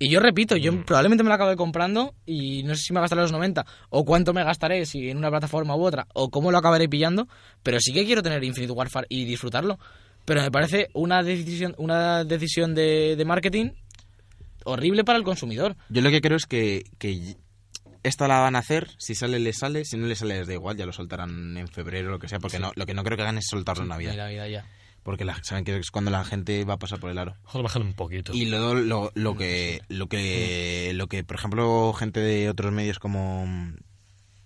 [SPEAKER 4] Y yo repito, yo
[SPEAKER 3] Mm.
[SPEAKER 4] probablemente me lo acabé comprando y no sé si me gastaré los 90 o cuánto me gastaré, si en una plataforma u otra, o cómo lo acabaré pillando, pero sí que quiero tener Infinite Warfare y disfrutarlo. Pero me parece una decisión, una decisión de, de marketing horrible para el consumidor.
[SPEAKER 3] Yo lo que creo es que, que y- esta la van a hacer, si sale le sale, si no le sale les da igual, ya lo soltarán en febrero o lo que sea, porque no, lo que no creo que hagan es soltarlo en Navidad,
[SPEAKER 4] Mira, mira, ya.
[SPEAKER 3] porque la- saben que es cuando la gente va a pasar por el aro.
[SPEAKER 2] Joder, bájalo un poquito.
[SPEAKER 3] Y luego lo, lo que lo que lo que por ejemplo gente de otros medios como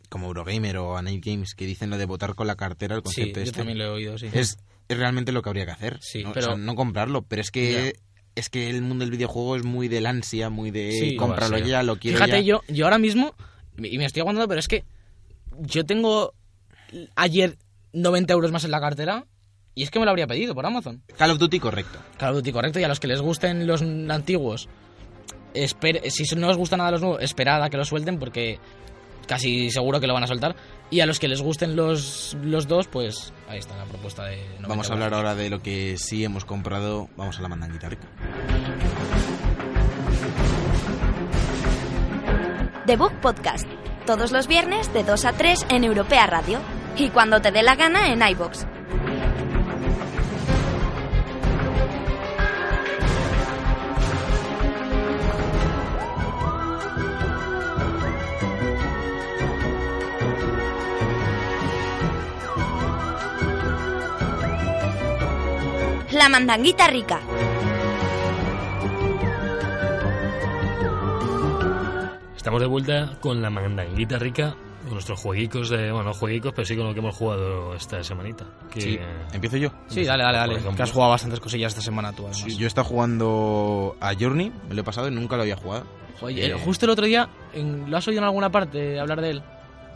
[SPEAKER 3] como Eurogamer o Anime Games que dicen lo de votar con la cartera el
[SPEAKER 4] Sí,
[SPEAKER 3] concepto
[SPEAKER 4] yo
[SPEAKER 3] este,
[SPEAKER 4] también lo he oído, sí.
[SPEAKER 3] es, es realmente lo que habría que hacer,
[SPEAKER 4] Sí,
[SPEAKER 3] ¿no? O
[SPEAKER 4] pero-
[SPEAKER 3] sea, no comprarlo, pero es que es que el mundo del videojuego es muy del ansia, muy de
[SPEAKER 4] Sí.
[SPEAKER 3] cómpralo
[SPEAKER 2] Vacío.
[SPEAKER 3] ya, lo quiero
[SPEAKER 4] Fíjate,
[SPEAKER 3] ya.
[SPEAKER 4] Yo, yo ahora mismo, y me estoy aguantando, pero es que yo tengo ayer 90 euros más en la cartera y es que me lo habría pedido por Amazon.
[SPEAKER 3] Call of Duty correcto.
[SPEAKER 4] Call of Duty, correcto, y a los que les gusten los antiguos, esper- si no os gusta nada los nuevos, esperad a que los suelten porque casi seguro que lo van a soltar. Y a los que les gusten los, los dos, pues ahí está la propuesta de... 90
[SPEAKER 3] Vamos a
[SPEAKER 4] euros.
[SPEAKER 3] hablar ahora de lo que sí hemos comprado. Vamos a la mandanguita rica.
[SPEAKER 1] The Book Podcast. Todos los viernes de 2 a 3 en Europea Radio. Y cuando te dé la gana en iBox. La mandanguita rica.
[SPEAKER 2] Estamos de vuelta con la mandanguita rica, con nuestros jueguicos, de, bueno, no jueguicos, pero sí con lo que hemos jugado esta semanita. Que,
[SPEAKER 3] Sí, empiezo yo.
[SPEAKER 4] Sí, dale, dale,
[SPEAKER 2] Por
[SPEAKER 4] dale.
[SPEAKER 2] ejemplo.
[SPEAKER 4] Que has jugado bastantes cosillas esta semana tú, además.
[SPEAKER 3] Sí, Yo he estado jugando a Journey, me lo he pasado y nunca lo había jugado.
[SPEAKER 4] Joder,
[SPEAKER 3] Eh,
[SPEAKER 4] justo el otro día, en- ¿lo has oído en alguna parte hablar de él?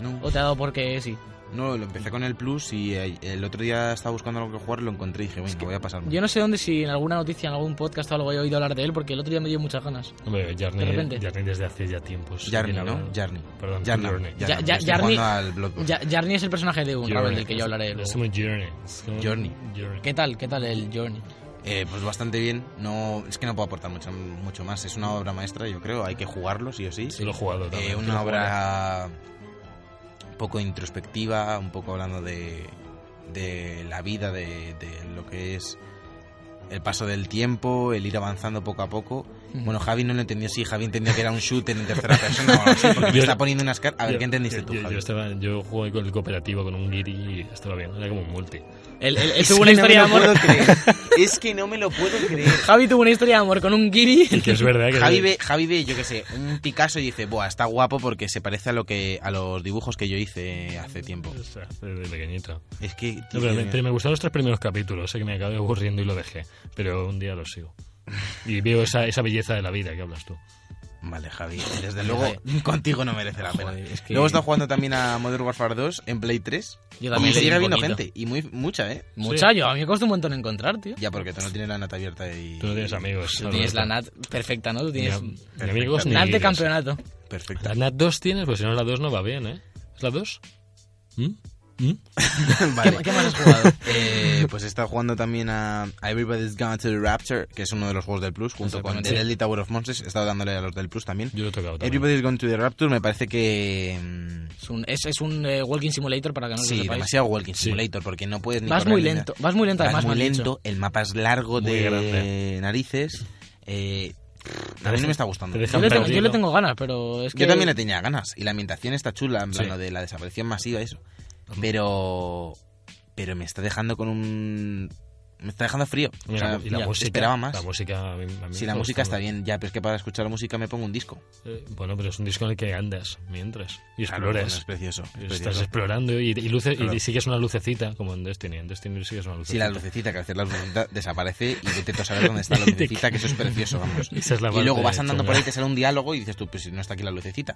[SPEAKER 3] No,
[SPEAKER 4] ¿O te ha dado porque sí?
[SPEAKER 3] no, lo empecé con el Plus y eh, el otro día estaba buscando algo que jugar, lo encontré y dije, venga, voy a pasarme.
[SPEAKER 4] Yo no sé dónde, si en alguna noticia, en algún podcast o algo he oído hablar de él, porque el otro día me dio muchas ganas.
[SPEAKER 2] Hombre, Jarny,
[SPEAKER 4] De repente.
[SPEAKER 2] Jarny desde hace ya tiempos.
[SPEAKER 3] Yarny,
[SPEAKER 2] Bien
[SPEAKER 3] ¿no?
[SPEAKER 2] hablado.
[SPEAKER 3] Yarny.
[SPEAKER 2] Perdón,
[SPEAKER 3] Yarny.
[SPEAKER 2] Journey.
[SPEAKER 3] Yarny.
[SPEAKER 4] Ya- ya-
[SPEAKER 3] Estoy
[SPEAKER 4] Yarny-
[SPEAKER 3] jugando al Bloodborne.
[SPEAKER 4] Ya- Journey es el personaje de un Raven
[SPEAKER 2] Journey.
[SPEAKER 4] del que yo hablaré.
[SPEAKER 2] Es
[SPEAKER 4] luego.
[SPEAKER 2] muy Journey. Es como-
[SPEAKER 3] Journey.
[SPEAKER 2] Journey.
[SPEAKER 4] ¿Qué tal? ¿Qué tal el Journey?
[SPEAKER 3] Eh, pues bastante bien. No, es que no puedo aportar mucho, mucho más. Es una obra maestra, yo creo. Hay que jugarlo, sí o sí.
[SPEAKER 2] Sí, lo he jugado también.
[SPEAKER 3] Eh, una obra un poco introspectiva, un poco hablando de, de la vida, de, de lo que es el paso del tiempo, el ir avanzando poco a poco.
[SPEAKER 4] Ujú.
[SPEAKER 3] Bueno, Javi no lo entendió, sí, Javi entendió que era un shooter en *laughs* tercera persona. o algo así, porque me
[SPEAKER 2] Yo-
[SPEAKER 3] está poniendo unas caras. A ver,
[SPEAKER 2] Yo-
[SPEAKER 3] ¿qué entendiste
[SPEAKER 2] yo-
[SPEAKER 3] tú,
[SPEAKER 2] yo,
[SPEAKER 3] Javi?
[SPEAKER 2] Yo, estaba, yo jugué con el cooperativo, con un guiri y estaba bien. Era como un multi.
[SPEAKER 4] Él, él- él
[SPEAKER 3] Es
[SPEAKER 4] tuvo
[SPEAKER 3] que
[SPEAKER 4] una
[SPEAKER 3] no me
[SPEAKER 4] historia
[SPEAKER 3] lo
[SPEAKER 4] de amor.
[SPEAKER 3] puedo creer. *laughs* Es que no me lo puedo creer.
[SPEAKER 4] Javi tuvo una historia de amor con un Giri.
[SPEAKER 2] Que es verdad que...
[SPEAKER 3] Javi ve, Javi ve, yo qué sé, un Picasso y dice, buah, está guapo porque se parece a lo que a los dibujos que yo hice hace tiempo.
[SPEAKER 2] O sea, de pequeñito.
[SPEAKER 3] Es que
[SPEAKER 2] No,
[SPEAKER 3] tío,
[SPEAKER 2] pero,
[SPEAKER 3] Dios
[SPEAKER 2] me,
[SPEAKER 3] mío.
[SPEAKER 2] pero me gustaron los tres primeros capítulos, sé que me acabé aburriendo y lo dejé, pero un día lo sigo. Y veo esa, esa belleza de la vida que hablas tú.
[SPEAKER 3] Vale,
[SPEAKER 4] *laughs*
[SPEAKER 3] Javi, desde luego contigo no merece la pena.
[SPEAKER 4] Joder, es que-
[SPEAKER 3] Luego he estado jugando también a Modern Warfare 2 en Play 3.
[SPEAKER 4] Yo también
[SPEAKER 3] y
[SPEAKER 4] leí
[SPEAKER 3] sigue
[SPEAKER 4] un
[SPEAKER 3] habiendo
[SPEAKER 4] poquito.
[SPEAKER 3] gente, y muy, mucha, ¿eh?
[SPEAKER 4] Muchacho, a mí me costó un montón encontrar, tío.
[SPEAKER 3] Ya, porque tú no tienes la nata abierta y...
[SPEAKER 2] Tú no tienes amigos.
[SPEAKER 4] Tú tienes la NAT perfecta, ¿no? Tú
[SPEAKER 2] Ni,
[SPEAKER 4] tienes
[SPEAKER 2] am- ni amigos ni
[SPEAKER 4] NAT de
[SPEAKER 2] guiris.
[SPEAKER 4] campeonato.
[SPEAKER 3] Perfecto.
[SPEAKER 2] La NAT 2 tienes, pues si no la 2 no va bien, ¿eh? ¿Es la 2? ¿Mm? ¿Mm?
[SPEAKER 3] Vale. *laughs*
[SPEAKER 4] *laughs* ¿Qué, qué más has jugado?
[SPEAKER 3] Eh, pues está jugando también a, a Everybody's Gone to the Rapture, que es uno de los juegos del Plus, junto con
[SPEAKER 4] Exactamente.
[SPEAKER 3] The Deadly Tower of Monsters. He estado dándole a los del Plus también.
[SPEAKER 2] Yo lo he tocado también.
[SPEAKER 3] Everybody's Gone to the Rapture me parece que... mm,
[SPEAKER 4] Es un, es, es un eh, walking simulator para que no lo
[SPEAKER 3] Sí,
[SPEAKER 4] sepáis.
[SPEAKER 3] demasiado Walking Simulator, porque no puedes ni
[SPEAKER 4] Vas
[SPEAKER 3] correr
[SPEAKER 4] muy
[SPEAKER 3] ni nada.
[SPEAKER 4] lento, vas muy lento
[SPEAKER 3] Vas
[SPEAKER 4] además. me
[SPEAKER 3] muy
[SPEAKER 4] han dicho.
[SPEAKER 3] lento, el mapa es largo
[SPEAKER 2] Muy
[SPEAKER 3] de
[SPEAKER 2] grande.
[SPEAKER 3] narices. Eh, a mí no me está gustando.
[SPEAKER 2] Te deja
[SPEAKER 4] Yo le, tengo,
[SPEAKER 2] perdido.
[SPEAKER 4] yo le tengo ganas, pero es que...
[SPEAKER 3] Yo también le tenía ganas. Y la ambientación está chula, en plan
[SPEAKER 2] Sí.
[SPEAKER 3] lo de la desaparición masiva, eso. Pero. Pero me está dejando con un. Me está dejando frío. O
[SPEAKER 2] Mira,
[SPEAKER 3] sea,
[SPEAKER 2] y la
[SPEAKER 3] ya,
[SPEAKER 2] música.
[SPEAKER 3] esperaba más.
[SPEAKER 2] La música. A mí, a mí
[SPEAKER 3] Si
[SPEAKER 2] me
[SPEAKER 3] la música
[SPEAKER 2] gusta.
[SPEAKER 3] está bien, ya, pero es que para escuchar la música me pongo un disco.
[SPEAKER 2] Eh, bueno, pero es un disco en el que andas mientras y
[SPEAKER 3] Claro, bueno,
[SPEAKER 2] exploras.
[SPEAKER 3] es precioso. es
[SPEAKER 2] Estás
[SPEAKER 3] precioso.
[SPEAKER 2] explorando y, y, luce- y
[SPEAKER 3] Claro.
[SPEAKER 2] sigues una lucecita, como en Destiny. En Destiny sigues una lucecita.
[SPEAKER 3] Si la lucecita, que al hacer la lucecita desaparece y vete tú a saber dónde
[SPEAKER 2] *laughs*
[SPEAKER 3] está la
[SPEAKER 2] Y te-
[SPEAKER 3] lucecita, que eso es precioso, vamos.
[SPEAKER 2] Esa es la
[SPEAKER 3] y luego
[SPEAKER 2] parte
[SPEAKER 3] vas andando
[SPEAKER 2] chunga.
[SPEAKER 3] por ahí, te sale un diálogo y dices tú, pues si no está aquí la lucecita.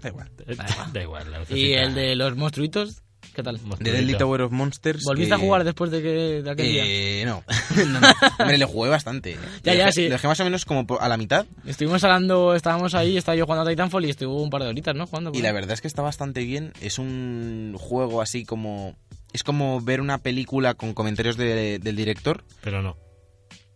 [SPEAKER 3] Da igual.
[SPEAKER 2] Eh, Da igual, la lucecita.
[SPEAKER 4] ¿Y el de los monstruitos? ¿Qué tal?
[SPEAKER 2] Mosquitita.
[SPEAKER 3] The Deadly Tower of Monsters.
[SPEAKER 4] ¿Volviste a
[SPEAKER 3] que-
[SPEAKER 4] jugar después de, que, de aquel día?
[SPEAKER 3] Eh, *laughs* no. no, no. Hombre, le jugué bastante. eh.
[SPEAKER 4] *laughs* Ya,
[SPEAKER 3] Le
[SPEAKER 4] ya,
[SPEAKER 3] dejé-
[SPEAKER 4] sí.
[SPEAKER 3] Le dejé más o menos como por- a la mitad.
[SPEAKER 4] *laughs* Estuvimos hablando, estábamos ahí, estaba yo jugando a Titanfall y estuvo un par de horitas, ¿no? Jugando.
[SPEAKER 3] Y la verdad es que está bastante bien. Es un juego así como. Es como ver una película con comentarios de- del director.
[SPEAKER 2] Pero no. O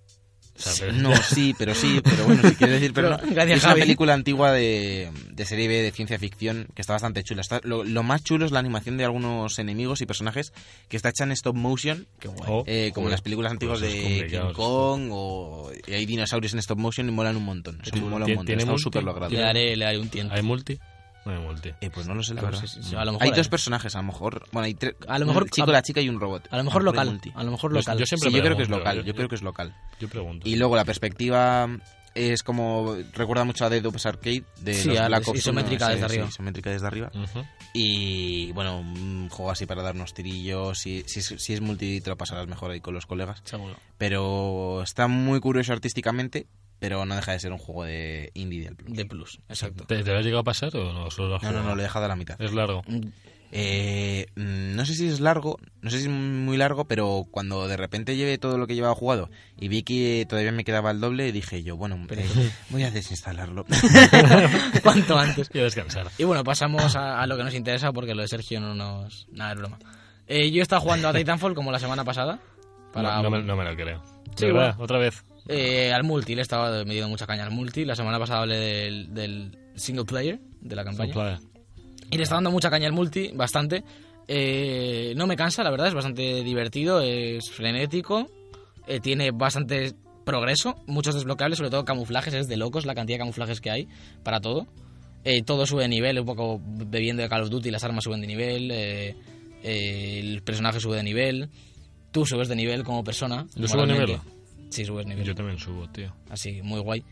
[SPEAKER 2] sea, pero-
[SPEAKER 3] No, sí, pero sí, pero bueno, si quieres decir,
[SPEAKER 4] *laughs*
[SPEAKER 3] pero,
[SPEAKER 4] Pero,
[SPEAKER 3] no.
[SPEAKER 4] gracias,
[SPEAKER 3] es una
[SPEAKER 4] Javi.
[SPEAKER 3] película antigua de, de serie B de ciencia ficción que está bastante chula. Está- lo, lo más chulo es la animación de algunos enemigos y personajes que está hecha en stop motion,
[SPEAKER 4] Qué guay.
[SPEAKER 2] Oh,
[SPEAKER 3] eh, como
[SPEAKER 2] joder.
[SPEAKER 3] en las películas antiguas
[SPEAKER 2] Pues eso es
[SPEAKER 3] de
[SPEAKER 2] complicado,
[SPEAKER 3] King Kong o y hay dinosaurios en stop motion y molan un montón. Eso
[SPEAKER 2] Tiene-
[SPEAKER 3] mola un
[SPEAKER 2] tiene-
[SPEAKER 3] montón.
[SPEAKER 2] tiene
[SPEAKER 3] Está
[SPEAKER 2] multi-
[SPEAKER 3] súper logrado.
[SPEAKER 4] Le daré, le daré un tiento.
[SPEAKER 2] ¿Hay multi? No hay multi.
[SPEAKER 3] Eh, pues no lo sé, la
[SPEAKER 4] Pues
[SPEAKER 3] verdad.
[SPEAKER 4] sí, sí, sí, a lo mejor
[SPEAKER 3] hay
[SPEAKER 4] hay.
[SPEAKER 3] dos personajes, a lo mejor. Bueno, hay tres.
[SPEAKER 4] A lo mejor-
[SPEAKER 3] Un chico,
[SPEAKER 4] a-
[SPEAKER 3] la chica y un robot.
[SPEAKER 4] A lo mejor
[SPEAKER 3] Hombre,
[SPEAKER 4] local,
[SPEAKER 3] multi.
[SPEAKER 4] a lo mejor
[SPEAKER 2] Yo-
[SPEAKER 4] local.
[SPEAKER 2] yo
[SPEAKER 3] Sí,
[SPEAKER 2] siempre
[SPEAKER 3] yo creo que
[SPEAKER 2] pregunto,
[SPEAKER 3] es local.
[SPEAKER 2] yo-
[SPEAKER 3] Yo creo que es local.
[SPEAKER 2] Yo pregunto.
[SPEAKER 3] Y luego la perspectiva es como. Recuerda mucho a Dead Ops Arcade. De
[SPEAKER 4] Sí,
[SPEAKER 3] los
[SPEAKER 4] a-
[SPEAKER 3] Black Ops
[SPEAKER 4] isométrica
[SPEAKER 3] 1,
[SPEAKER 4] desde
[SPEAKER 3] sí, sí,
[SPEAKER 4] arriba.
[SPEAKER 3] isométrica desde arriba.
[SPEAKER 2] Ujú.
[SPEAKER 3] Y bueno, un juego así para darnos tirillos. Si, si, es- si es multi, te lo pasarás mejor ahí con los colegas.
[SPEAKER 4] *laughs*
[SPEAKER 3] *laughs*
[SPEAKER 4] Seguro.
[SPEAKER 3] Pero está muy curioso artísticamente. Pero no deja de ser un juego de indie del Plus.
[SPEAKER 4] De plus, exacto. *laughs*
[SPEAKER 2] ¿Te, te lo has llegado a pasar o no? Solo lo has
[SPEAKER 3] No, no,
[SPEAKER 2] jugado.
[SPEAKER 3] no, lo he dejado a la mitad.
[SPEAKER 2] Es largo.
[SPEAKER 3] Eh, mm, no sé si es largo, no sé si es muy largo, pero cuando de repente llevé todo lo que llevaba jugado y vi que todavía me quedaba el doble, dije yo, bueno, eh, voy a desinstalarlo.
[SPEAKER 4] Cuanto antes.
[SPEAKER 2] Quiero descansar.
[SPEAKER 4] Y bueno, pasamos a, a lo que nos interesa porque lo de Sergio no nos... Nada, es broma. Eh, yo estaba jugando a Titanfall como la semana pasada. Para
[SPEAKER 2] No, no me, no me lo creo.
[SPEAKER 4] Sí,
[SPEAKER 2] De verdad, otra vez.
[SPEAKER 4] Eh, al multi, le estaba metiendo mucha caña al multi. La semana pasada hablé del, del single player de la campaña.
[SPEAKER 2] Vaya.
[SPEAKER 4] Y le está dando mucha caña al multi, bastante. Eh, no me cansa, la verdad, es bastante divertido, es frenético, eh, tiene bastante progreso, muchos desbloqueables, sobre todo camuflajes, es de locos la cantidad de camuflajes que hay para todo. Eh, todo sube de nivel, un poco bebiendo de Call of Duty, las armas suben de nivel, eh, eh, el personaje sube de nivel, tú subes de nivel como persona.
[SPEAKER 2] ¿Yo subo de
[SPEAKER 4] moralmente. Sí, subes de nivel
[SPEAKER 2] Yo también subo, tío.
[SPEAKER 4] así que muy guay.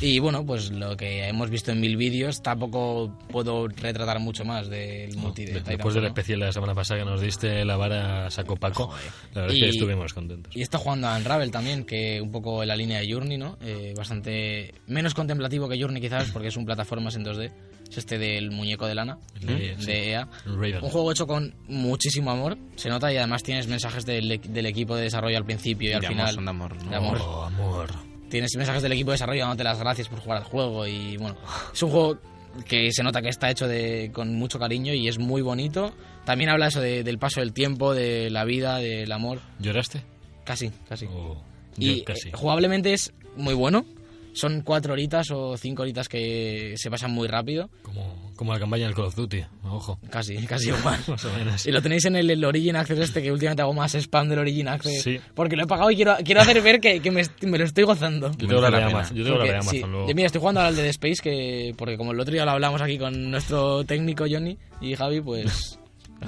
[SPEAKER 4] Y bueno, pues lo que hemos visto en mil vídeos, tampoco puedo retratar mucho más del multi de
[SPEAKER 2] De-
[SPEAKER 4] Titanfall,
[SPEAKER 2] después del
[SPEAKER 4] ¿no?
[SPEAKER 2] especial de la semana pasada que nos diste la vara saco Paco, la verdad es
[SPEAKER 4] Y-
[SPEAKER 2] que estuvimos contentos.
[SPEAKER 4] Y está jugando a Unravel también, que un poco en la línea de Journey, ¿no? Eh, bastante menos contemplativo que Journey quizás, porque es un plataformas en 2D. Es este del muñeco de lana,
[SPEAKER 2] Sí, sí.
[SPEAKER 4] de EA.
[SPEAKER 2] Raven.
[SPEAKER 4] Un juego hecho con muchísimo amor, se nota, y además tienes mensajes del, e- del equipo de desarrollo al principio *laughs*
[SPEAKER 3] *laughs*
[SPEAKER 4] y al
[SPEAKER 3] De amor,
[SPEAKER 4] final.
[SPEAKER 3] son de amor, ¿no?
[SPEAKER 4] de amor.
[SPEAKER 2] Oh, amor.
[SPEAKER 4] tienes mensajes del equipo de desarrollo dándote las gracias por jugar al juego y bueno, es un juego que se nota que está hecho de, con mucho cariño y es muy bonito. También habla eso de- del paso del tiempo, de la vida, del amor,
[SPEAKER 2] ¿Lloraste?
[SPEAKER 4] casi, casi.
[SPEAKER 2] Oh,
[SPEAKER 4] y
[SPEAKER 2] yo casi.
[SPEAKER 4] eh, jugablemente es muy bueno. Son cuatro horitas o cinco horitas que se pasan muy rápido,
[SPEAKER 2] Como, como la campaña del Call of Duty, ojo.
[SPEAKER 4] casi, *laughs* casi igual.
[SPEAKER 2] *laughs* Más o menos.
[SPEAKER 4] Y lo tenéis en el, el Origin Access este, que últimamente hago más spam del Origin Access.
[SPEAKER 2] Sí.
[SPEAKER 4] Porque lo he pagado y quiero, quiero hacer ver que, que me, me lo estoy gozando.
[SPEAKER 2] Yo tengo la
[SPEAKER 3] Merece
[SPEAKER 2] de
[SPEAKER 3] la
[SPEAKER 2] Amazon.
[SPEAKER 3] pena.
[SPEAKER 2] Yo tengo la de
[SPEAKER 4] Porque,
[SPEAKER 2] Amazon
[SPEAKER 4] sí,
[SPEAKER 2] luego.
[SPEAKER 4] yo, mira, estoy jugando ahora al Dead Space, que, porque como el otro día lo hablamos aquí con nuestro técnico Johnny y
[SPEAKER 2] *laughs*
[SPEAKER 4] Javi, pues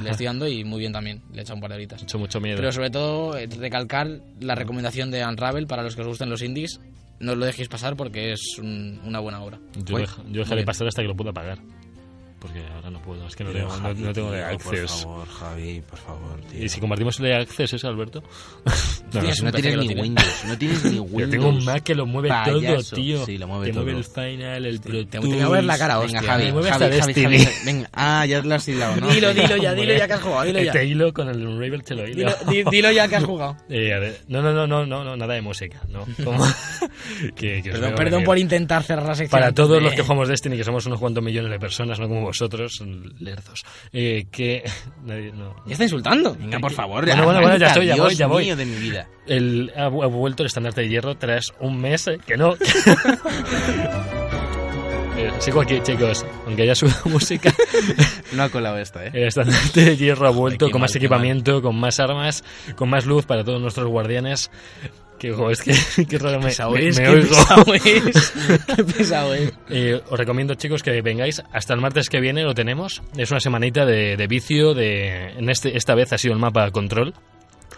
[SPEAKER 4] le estoy dando y muy bien también. Le he echado un par de horitas.
[SPEAKER 2] Mucho, mucho miedo.
[SPEAKER 4] Pero sobre todo, eh, recalcar la recomendación de Unravel para los que os gusten los indies. No os lo dejéis pasar porque es un- una buena obra.
[SPEAKER 2] Yo,
[SPEAKER 3] Uy,
[SPEAKER 2] dej- yo dejaré
[SPEAKER 4] bien.
[SPEAKER 2] pasar hasta que lo pueda pagar. Porque ahora no puedo, es que no, tengo, no, no tengo de
[SPEAKER 3] Por
[SPEAKER 2] access.
[SPEAKER 3] favor, Javi, por favor, tío.
[SPEAKER 2] ¿Y si compartimos el de access eso, Alberto? *laughs* no,
[SPEAKER 4] Tienes
[SPEAKER 3] no
[SPEAKER 4] un
[SPEAKER 3] tienes
[SPEAKER 4] PC que
[SPEAKER 3] ni
[SPEAKER 4] lo tiene.
[SPEAKER 3] Windows, no tienes ni Windows.
[SPEAKER 2] *laughs* Yo tengo un Mac que lo mueve
[SPEAKER 3] Payaso.
[SPEAKER 2] todo, tío.
[SPEAKER 3] Sí, lo mueve
[SPEAKER 2] Te
[SPEAKER 3] todo.
[SPEAKER 2] mueve el Final, el Pro
[SPEAKER 4] Te,
[SPEAKER 2] Tools.
[SPEAKER 4] voy a ver la cara,
[SPEAKER 3] Venga,
[SPEAKER 4] hostia.
[SPEAKER 3] Javi,
[SPEAKER 2] me mueve
[SPEAKER 3] Javi,
[SPEAKER 2] hasta este
[SPEAKER 3] Javi,
[SPEAKER 2] Destiny.
[SPEAKER 3] Javi, Javi, venga. Ah, ya lo has hilado,
[SPEAKER 2] *laughs*
[SPEAKER 3] ¿no?
[SPEAKER 4] Dilo, dilo ya, dilo ya que has jugado, dilo ya.
[SPEAKER 2] Este hilo con el Unravel te lo hilo.
[SPEAKER 4] Dilo, di- dilo ya que has jugado.
[SPEAKER 2] *laughs* Eh, a ver, no, no, no, no, no, no, nada de música, *laughs* no. Como- que- que os
[SPEAKER 4] Perdón,
[SPEAKER 2] veo
[SPEAKER 4] perdón
[SPEAKER 2] venir.
[SPEAKER 4] por intentar cerrar la sección.
[SPEAKER 2] Para
[SPEAKER 4] antes
[SPEAKER 2] todos
[SPEAKER 4] de-
[SPEAKER 2] los que jugamos Destiny, que somos unos cuantos millones de personas, no como vosotros, lerdos, eh, que... *laughs* nadie- no.
[SPEAKER 4] Ya está insultando.
[SPEAKER 3] Venga, por favor.
[SPEAKER 2] Bueno, bueno, bueno, ya estoy, ya
[SPEAKER 3] Dios
[SPEAKER 2] voy, ya voy.
[SPEAKER 3] mío de mi vida.
[SPEAKER 2] El, ha, vu- ha vuelto el estandarte de hierro tras un mes, eh, que no. *laughs* Eh, Sigo aquí, chicos, aunque ya suba *laughs* música.
[SPEAKER 3] No ha colado esta, ¿eh?
[SPEAKER 2] El estandarte de hierro ha vuelto
[SPEAKER 4] qué
[SPEAKER 2] con
[SPEAKER 4] mal,
[SPEAKER 2] más
[SPEAKER 4] qué
[SPEAKER 2] equipamiento, con más armas, con más luz para todos nuestros guardianes. Que jo, es que, *laughs* qué raro me,
[SPEAKER 4] pesado
[SPEAKER 2] me-
[SPEAKER 4] es,
[SPEAKER 2] me
[SPEAKER 4] qué
[SPEAKER 2] oigo.
[SPEAKER 4] pesado es. Qué
[SPEAKER 2] *laughs*
[SPEAKER 4] pesado es.
[SPEAKER 2] Eh, os recomiendo, chicos, que vengáis. Hasta el martes que viene lo tenemos. Es una semanita de, de vicio. De, en este, esta vez ha sido el mapa control.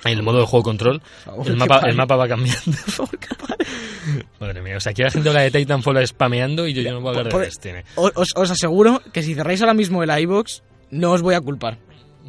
[SPEAKER 2] El modo de juego control.
[SPEAKER 4] favor,
[SPEAKER 2] El
[SPEAKER 4] que
[SPEAKER 2] mapa,
[SPEAKER 4] pare.
[SPEAKER 2] el mapa va
[SPEAKER 4] *laughs*
[SPEAKER 2] cambiando. Madre mía, o sea, aquí la gente habla de Titanfall spameando y yo, yo no puedo hablar
[SPEAKER 4] Por-
[SPEAKER 2] de Destiny.
[SPEAKER 4] O- Os, os aseguro que si cerráis ahora mismo el iBox, no os voy a culpar.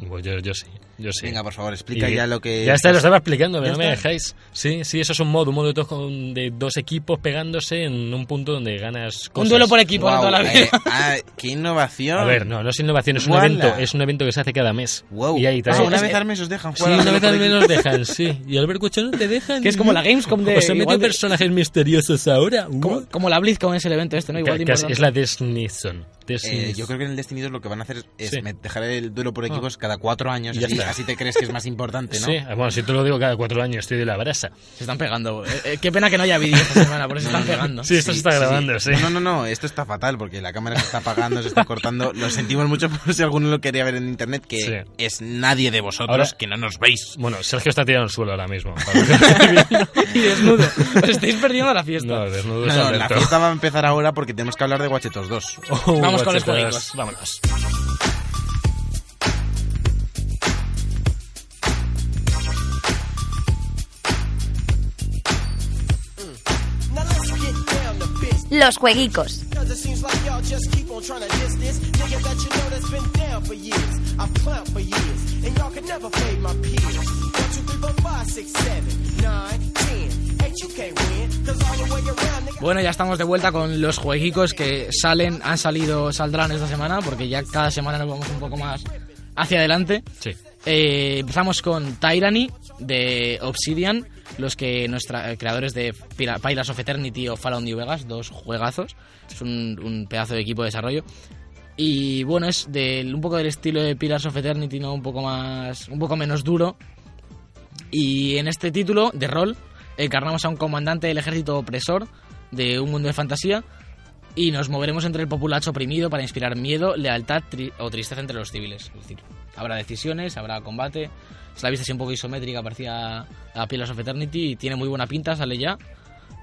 [SPEAKER 2] Pues yo, yo sí, yo sí.
[SPEAKER 3] Venga, por favfavor, explica
[SPEAKER 2] Y-
[SPEAKER 3] ya lo que...
[SPEAKER 2] Ya está, lo estaba explicando, pero
[SPEAKER 3] Ya
[SPEAKER 2] no me
[SPEAKER 3] está.
[SPEAKER 2] dejáis. Sí, sí, eso es un modo, un modo de dos, con- de dos equipos pegándose en un punto donde ganas cosas.
[SPEAKER 4] Un duelo por equipo
[SPEAKER 3] Guau,
[SPEAKER 4] de toda la
[SPEAKER 3] eh,
[SPEAKER 4] vida. *laughs*
[SPEAKER 3] ah, ¡Qué innovación!
[SPEAKER 2] A ver, no, no es innovación, es un
[SPEAKER 3] Guala.
[SPEAKER 2] evento, es un evento que se hace cada mes.
[SPEAKER 3] Wow.
[SPEAKER 2] Y ahí
[SPEAKER 3] Ah,
[SPEAKER 2] también.
[SPEAKER 3] una
[SPEAKER 2] es-
[SPEAKER 3] vez al mes os dejan
[SPEAKER 2] Sí,
[SPEAKER 3] jugar. a
[SPEAKER 2] una
[SPEAKER 3] lo
[SPEAKER 2] vez al
[SPEAKER 3] mejor
[SPEAKER 2] menos dejan, sí. Y Albert Cuchón te dejan.
[SPEAKER 4] Que es como la Gamescom de-
[SPEAKER 2] O se
[SPEAKER 4] igual
[SPEAKER 2] meten
[SPEAKER 4] de-
[SPEAKER 2] personajes misteriosos ahora. uh.
[SPEAKER 4] Como, como la BlizzCon es el evento este, ¿no?
[SPEAKER 2] Que-
[SPEAKER 4] Igual de
[SPEAKER 2] que es,
[SPEAKER 4] importante.
[SPEAKER 2] es la Disneyson.
[SPEAKER 3] Eh, yo creo que en el Destiny 2 lo que van a hacer es
[SPEAKER 2] Sí. Ah.
[SPEAKER 3] me- dejar el duelo por equipos cada cuatro años.
[SPEAKER 2] Y ya
[SPEAKER 3] así,
[SPEAKER 2] está.
[SPEAKER 3] así te crees que es más importante, ¿no?
[SPEAKER 2] Sí, ah, bueno, si te lo digo cada cuatro años, estoy de la brasa.
[SPEAKER 4] Se están pegando. Eh, eh, qué pena que no haya
[SPEAKER 2] *laughs*
[SPEAKER 4] vídeo esta semana, por eso están pegando.
[SPEAKER 2] Sí, esto se está grabando, sí.
[SPEAKER 3] No, no, no, esto está fatal porque la cámara se está apagando, se está cortando. Lo sentimos mucho *laughs* por si alguno lo quería ver en internet, que
[SPEAKER 2] Sí.
[SPEAKER 3] es nadie de vosotros
[SPEAKER 2] Ahora-
[SPEAKER 3] que no nos veis.
[SPEAKER 2] Bueno, Sergio está tirado al suelo ahora
[SPEAKER 4] *laughs*
[SPEAKER 2] mismo.
[SPEAKER 4] Y desnudo. Os estáis perdiendo la fiesta.
[SPEAKER 2] No, desnudo
[SPEAKER 3] No,
[SPEAKER 2] es
[SPEAKER 3] no, la
[SPEAKER 2] Alberto.
[SPEAKER 3] fiesta va a empezar ahora porque tenemos que hablar de Guachetos 2.
[SPEAKER 2] *laughs* Oh,
[SPEAKER 4] Vamos con los
[SPEAKER 2] guachetas,
[SPEAKER 4] jueguitos.
[SPEAKER 2] Vámonos.
[SPEAKER 1] Los jueguicos.
[SPEAKER 5] Cause it seems like y'all just keep on trying to diss this nigga that you know that's been down for years. I've clowned for years, and y'all can never fade my peers. One, two, three, four, five, six, seven, nine, ten. Eight, you can't win, cause all the way around, nigga.
[SPEAKER 4] Bueno, ya estamos de vuelta con los jueguicos que salen, han salido, saldrán esta semana, porque ya cada semana nos vamos un poco más hacia adelante.
[SPEAKER 2] Sí.
[SPEAKER 4] Eh, empezamos con Tyranny de Obsidian, los que nuestra, eh, creadores de Pira- Pillars of Eternity o Fallout New Vegas, dos juegazos. Es un, un pedazo de equipo de desarrollo. Y bueno, es del, un poco del estilo de Pillars of Eternity, ¿no? Un poco más. un poco menos duro. Y en este título, de rol, encarnamos a un comandante del ejército opresor de un mundo de fantasía. Y nos moveremos entre el populacho oprimido para inspirar miedo, lealtad tri- o tristeza entre los civiles. Es decir, habrá decisiones, habrá combate. Es la vista así un poco isométrica, parecía a Pillars of Eternity. Y tiene muy buena pinta, sale ya.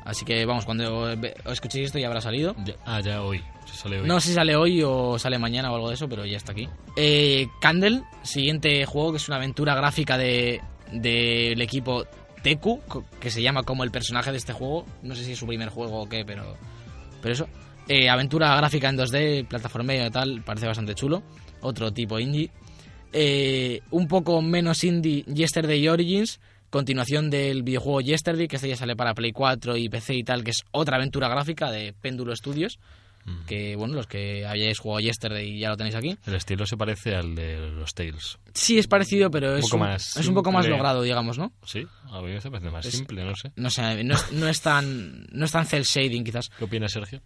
[SPEAKER 4] Así que vamos, cuando ve- escuchéis esto ya habrá salido.
[SPEAKER 2] Ya- ah, ya hoy. Se sale hoy.
[SPEAKER 4] No sé si sale hoy o sale mañana o algo de eso, pero ya está aquí. Eh, Candle, siguiente juego que es una aventura gráfica de del equipo Teku, co- que se llama como el personaje de este juego. No sé si es su primer juego o qué, pero, pero eso. Eh, aventura gráfica en 2D, plataformeo y tal, parece bastante chulo. Otro tipo indie. Eh, un poco menos indie, Yesterday Origins, continuación del videojuego Yesterday, que este ya sale para Play 4 y PC y tal, que es otra aventura gráfica de Péndulo Studios que bueno, los que hayáis jugado Yesterday ya lo tenéis aquí.
[SPEAKER 2] El estilo se parece al de los Tales.
[SPEAKER 4] Sí es parecido, pero es
[SPEAKER 2] poco
[SPEAKER 4] un,
[SPEAKER 2] más
[SPEAKER 4] es un poco más
[SPEAKER 2] simple.
[SPEAKER 4] logrado, digamos, ¿no?
[SPEAKER 2] Sí, a mí me parece más
[SPEAKER 4] Es-
[SPEAKER 2] simple, no sé.
[SPEAKER 4] No sé, no, es- no es tan no es tan cel shading quizás.
[SPEAKER 2] ¿Qué opinas, Sergio?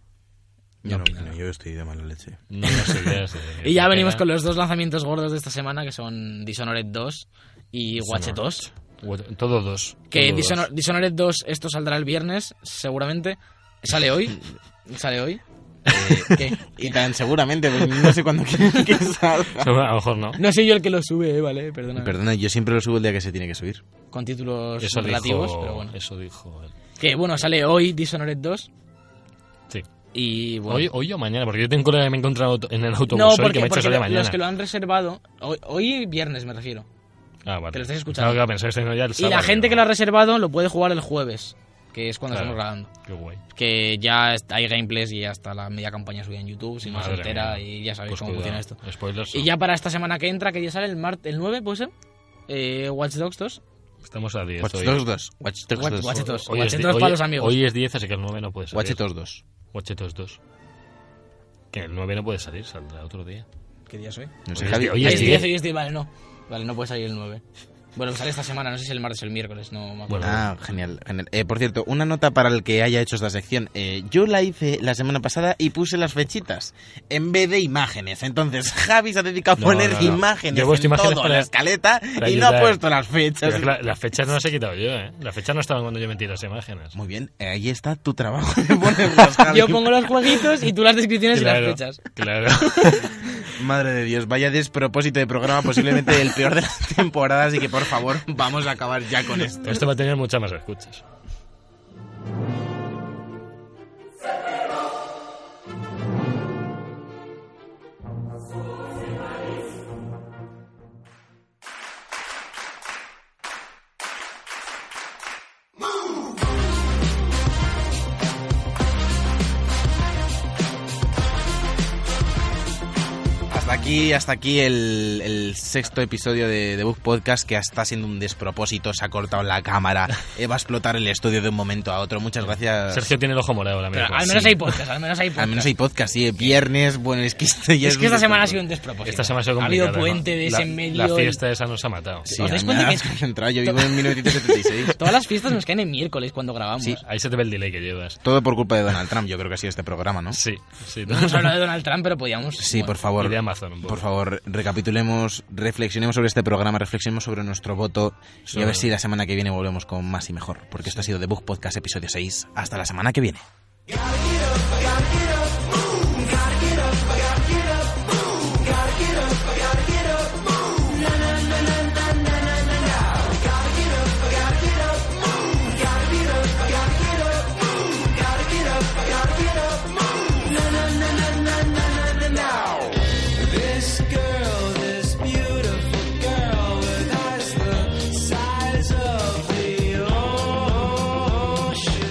[SPEAKER 3] Yo no
[SPEAKER 4] opino
[SPEAKER 3] opino, yo estoy de mala leche.
[SPEAKER 2] No, no sé. ya sé.
[SPEAKER 4] *laughs* Y ya venimos con los dos lanzamientos gordos de esta semana que son Dishonored 2 y Watch 2.
[SPEAKER 2] What- Todo dos.
[SPEAKER 4] Que
[SPEAKER 2] todo dos. *laughs*
[SPEAKER 4] Dishonor- Dishonored 2 esto saldrá el viernes, seguramente.
[SPEAKER 2] *laughs*
[SPEAKER 4] Sale hoy. Sale hoy.
[SPEAKER 2] Eh,
[SPEAKER 4] ¿Qué?
[SPEAKER 3] Y tan seguramente, pues, no sé cuándo quieren *laughs* que salga.
[SPEAKER 2] A lo mejor no.
[SPEAKER 4] No soy yo el que lo sube, eh, vale, perdona.
[SPEAKER 3] Perdona, yo siempre lo subo el día que se tiene que subir.
[SPEAKER 4] Con títulos
[SPEAKER 2] Eso
[SPEAKER 4] relativos,
[SPEAKER 2] dijo,
[SPEAKER 4] pero bueno.
[SPEAKER 2] Eso dijo él.
[SPEAKER 4] Que bueno, sale hoy Dishonored 2
[SPEAKER 2] Sí.
[SPEAKER 4] y bueno.
[SPEAKER 2] Hoy, hoy o mañana, porque yo tengo un colega que me he encontrado en el autobús
[SPEAKER 4] No,
[SPEAKER 2] pues hoy
[SPEAKER 4] porque,
[SPEAKER 2] que me ha hecho
[SPEAKER 4] porque
[SPEAKER 2] salir
[SPEAKER 4] lo-
[SPEAKER 2] mañana.
[SPEAKER 4] los que lo han reservado, hoy, hoy viernes me refiero,
[SPEAKER 2] Ah, vale.
[SPEAKER 4] que lo estáis escuchando.
[SPEAKER 2] Claro, claro, pensaba que estáis haciendo ya el
[SPEAKER 4] y la
[SPEAKER 2] sábado,
[SPEAKER 4] gente
[SPEAKER 2] ¿no?
[SPEAKER 4] que lo ha reservado lo puede jugar el jueves, que es cuando
[SPEAKER 2] Claro.
[SPEAKER 4] estamos grabando.
[SPEAKER 2] Qué guay.
[SPEAKER 4] Que ya est- hay gameplays y hasta la media campaña subida en YouTube, si no se
[SPEAKER 2] Madre
[SPEAKER 4] entera,
[SPEAKER 2] mía.
[SPEAKER 4] y ya sabéis
[SPEAKER 2] Pues
[SPEAKER 4] cómo funciona esto.
[SPEAKER 2] cuidado. Spoilers.
[SPEAKER 4] Y
[SPEAKER 2] no.
[SPEAKER 4] ya para esta semana que entra, que ya sale el, mart el 9, ¿puede ser? Eh, Watch Dogs 2.
[SPEAKER 2] Estamos a 10.
[SPEAKER 3] Watch
[SPEAKER 2] hoy.
[SPEAKER 3] Dogs 2. Watch Dogs
[SPEAKER 4] Watch-
[SPEAKER 3] 2.
[SPEAKER 4] Watch Dogs.
[SPEAKER 2] Hoy es di-
[SPEAKER 4] Guachetos para
[SPEAKER 2] hoy-
[SPEAKER 4] los amigos.
[SPEAKER 2] Hoy es 10, así que el 9 no puede salir.
[SPEAKER 3] Watch Dogs 2.
[SPEAKER 2] Guachetos 2. Que el 9 no puede salir, saldrá otro día.
[SPEAKER 4] ¿Qué día soy?
[SPEAKER 3] No
[SPEAKER 2] Hoy
[SPEAKER 3] sé,
[SPEAKER 2] es
[SPEAKER 3] Javi.
[SPEAKER 2] di- hoy
[SPEAKER 4] Hoy
[SPEAKER 2] es
[SPEAKER 4] es
[SPEAKER 2] diez.
[SPEAKER 4] 10, hoy es 10, vale, no. Vale, no puede salir el 9. Bueno, sale esta semana, no sé si el martes o el miércoles, no me acuerdo.
[SPEAKER 2] Bueno.
[SPEAKER 3] Ah, genial, genial. Eh, por cierto, una nota para el que haya hecho esta sección. Eh, yo la hice la semana pasada y puse las fechitas en vez de imágenes. Entonces, Javi se ha dedicado a
[SPEAKER 2] No,
[SPEAKER 3] poner
[SPEAKER 2] no, no.
[SPEAKER 3] imágenes
[SPEAKER 2] Yo he puesto
[SPEAKER 3] en
[SPEAKER 2] imágenes
[SPEAKER 3] todo
[SPEAKER 2] para-
[SPEAKER 3] la escaleta
[SPEAKER 2] para
[SPEAKER 3] y no ha
[SPEAKER 2] ayudar.
[SPEAKER 3] puesto las fechas.
[SPEAKER 2] Pero es que la- las fechas no las he quitado yo, ¿eh? Las fechas no estaban cuando yo metí las imágenes.
[SPEAKER 3] Muy bien, eh, ahí está tu trabajo
[SPEAKER 4] *laughs*
[SPEAKER 3] de ponerlas, Javi.
[SPEAKER 4] Yo pongo los jueguitos y tú las descripciones y
[SPEAKER 2] Claro,
[SPEAKER 4] las fechas.
[SPEAKER 2] Claro.
[SPEAKER 4] *laughs*
[SPEAKER 3] Madre de Dios, vaya despropósito de programa, posiblemente el peor de
[SPEAKER 4] *laughs*
[SPEAKER 3] las temporadas, así que por favor, vamos a acabar ya con esto.
[SPEAKER 2] Esto va a tener muchas más escuchas.
[SPEAKER 3] Hasta aquí, hasta aquí el, el sexto episodio de, de Book Podcast que está siendo un despropósito, se ha cortado la cámara, eh, va a explotar el estudio de un momento a otro. Muchas gracias.
[SPEAKER 2] Sergio tiene el ojo morado ahora mismo.
[SPEAKER 4] Pero al menos hay podcast, al menos hay podcast.
[SPEAKER 3] Al menos hay podcast, sí, eh, viernes, bueno, es que esto ya
[SPEAKER 4] Es que esta
[SPEAKER 3] un
[SPEAKER 4] semana ha
[SPEAKER 3] despropósito.
[SPEAKER 4] sido un despropósito.
[SPEAKER 2] Esta semana ha sido
[SPEAKER 4] Ha
[SPEAKER 2] complicada.
[SPEAKER 4] habido puente
[SPEAKER 2] ¿no?
[SPEAKER 4] de
[SPEAKER 2] La-
[SPEAKER 4] ese en medio.
[SPEAKER 2] La fiesta esa nos ha matado.
[SPEAKER 3] Sí,
[SPEAKER 4] ¿Os dais
[SPEAKER 3] a mí me
[SPEAKER 4] cuenta que
[SPEAKER 3] has *laughs*
[SPEAKER 4] es-
[SPEAKER 3] concentrado, yo
[SPEAKER 4] *laughs*
[SPEAKER 3] vivo en 1976.
[SPEAKER 4] Todas las fiestas nos caen en miércoles cuando grabamos.
[SPEAKER 3] Sí.
[SPEAKER 2] Ahí se te ve el delay que llevas.
[SPEAKER 3] Todo por culpa de Donald Trump, yo creo que ha sido este programa, ¿no?
[SPEAKER 2] Sí, sí.
[SPEAKER 4] No hemos hablado de Donald Trump, pero podíamos.
[SPEAKER 3] Sí, por
[SPEAKER 4] bueno,
[SPEAKER 3] favor.
[SPEAKER 2] Y de Amazon un poco.
[SPEAKER 3] Por favor, recapitulemos, reflexionemos sobre este programa, reflexionemos sobre nuestro voto y
[SPEAKER 2] Sobre-
[SPEAKER 3] a ver si la semana que viene volvemos con más y mejor. Porque esto ha sido The Book Podcast, episodio 6. Hasta la semana que viene.
[SPEAKER 5] This girl, this beautiful girl with eyes the size of the ocean.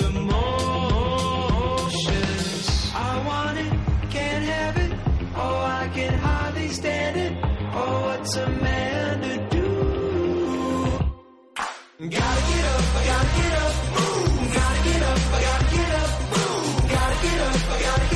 [SPEAKER 5] emotions. I want it, can't have it. Oh, I can hardly stand it. Oh, what's a man to do? Gotta get up, I gotta get up, boom. Gotta get up, I gotta get up, boom. Gotta get up, I gotta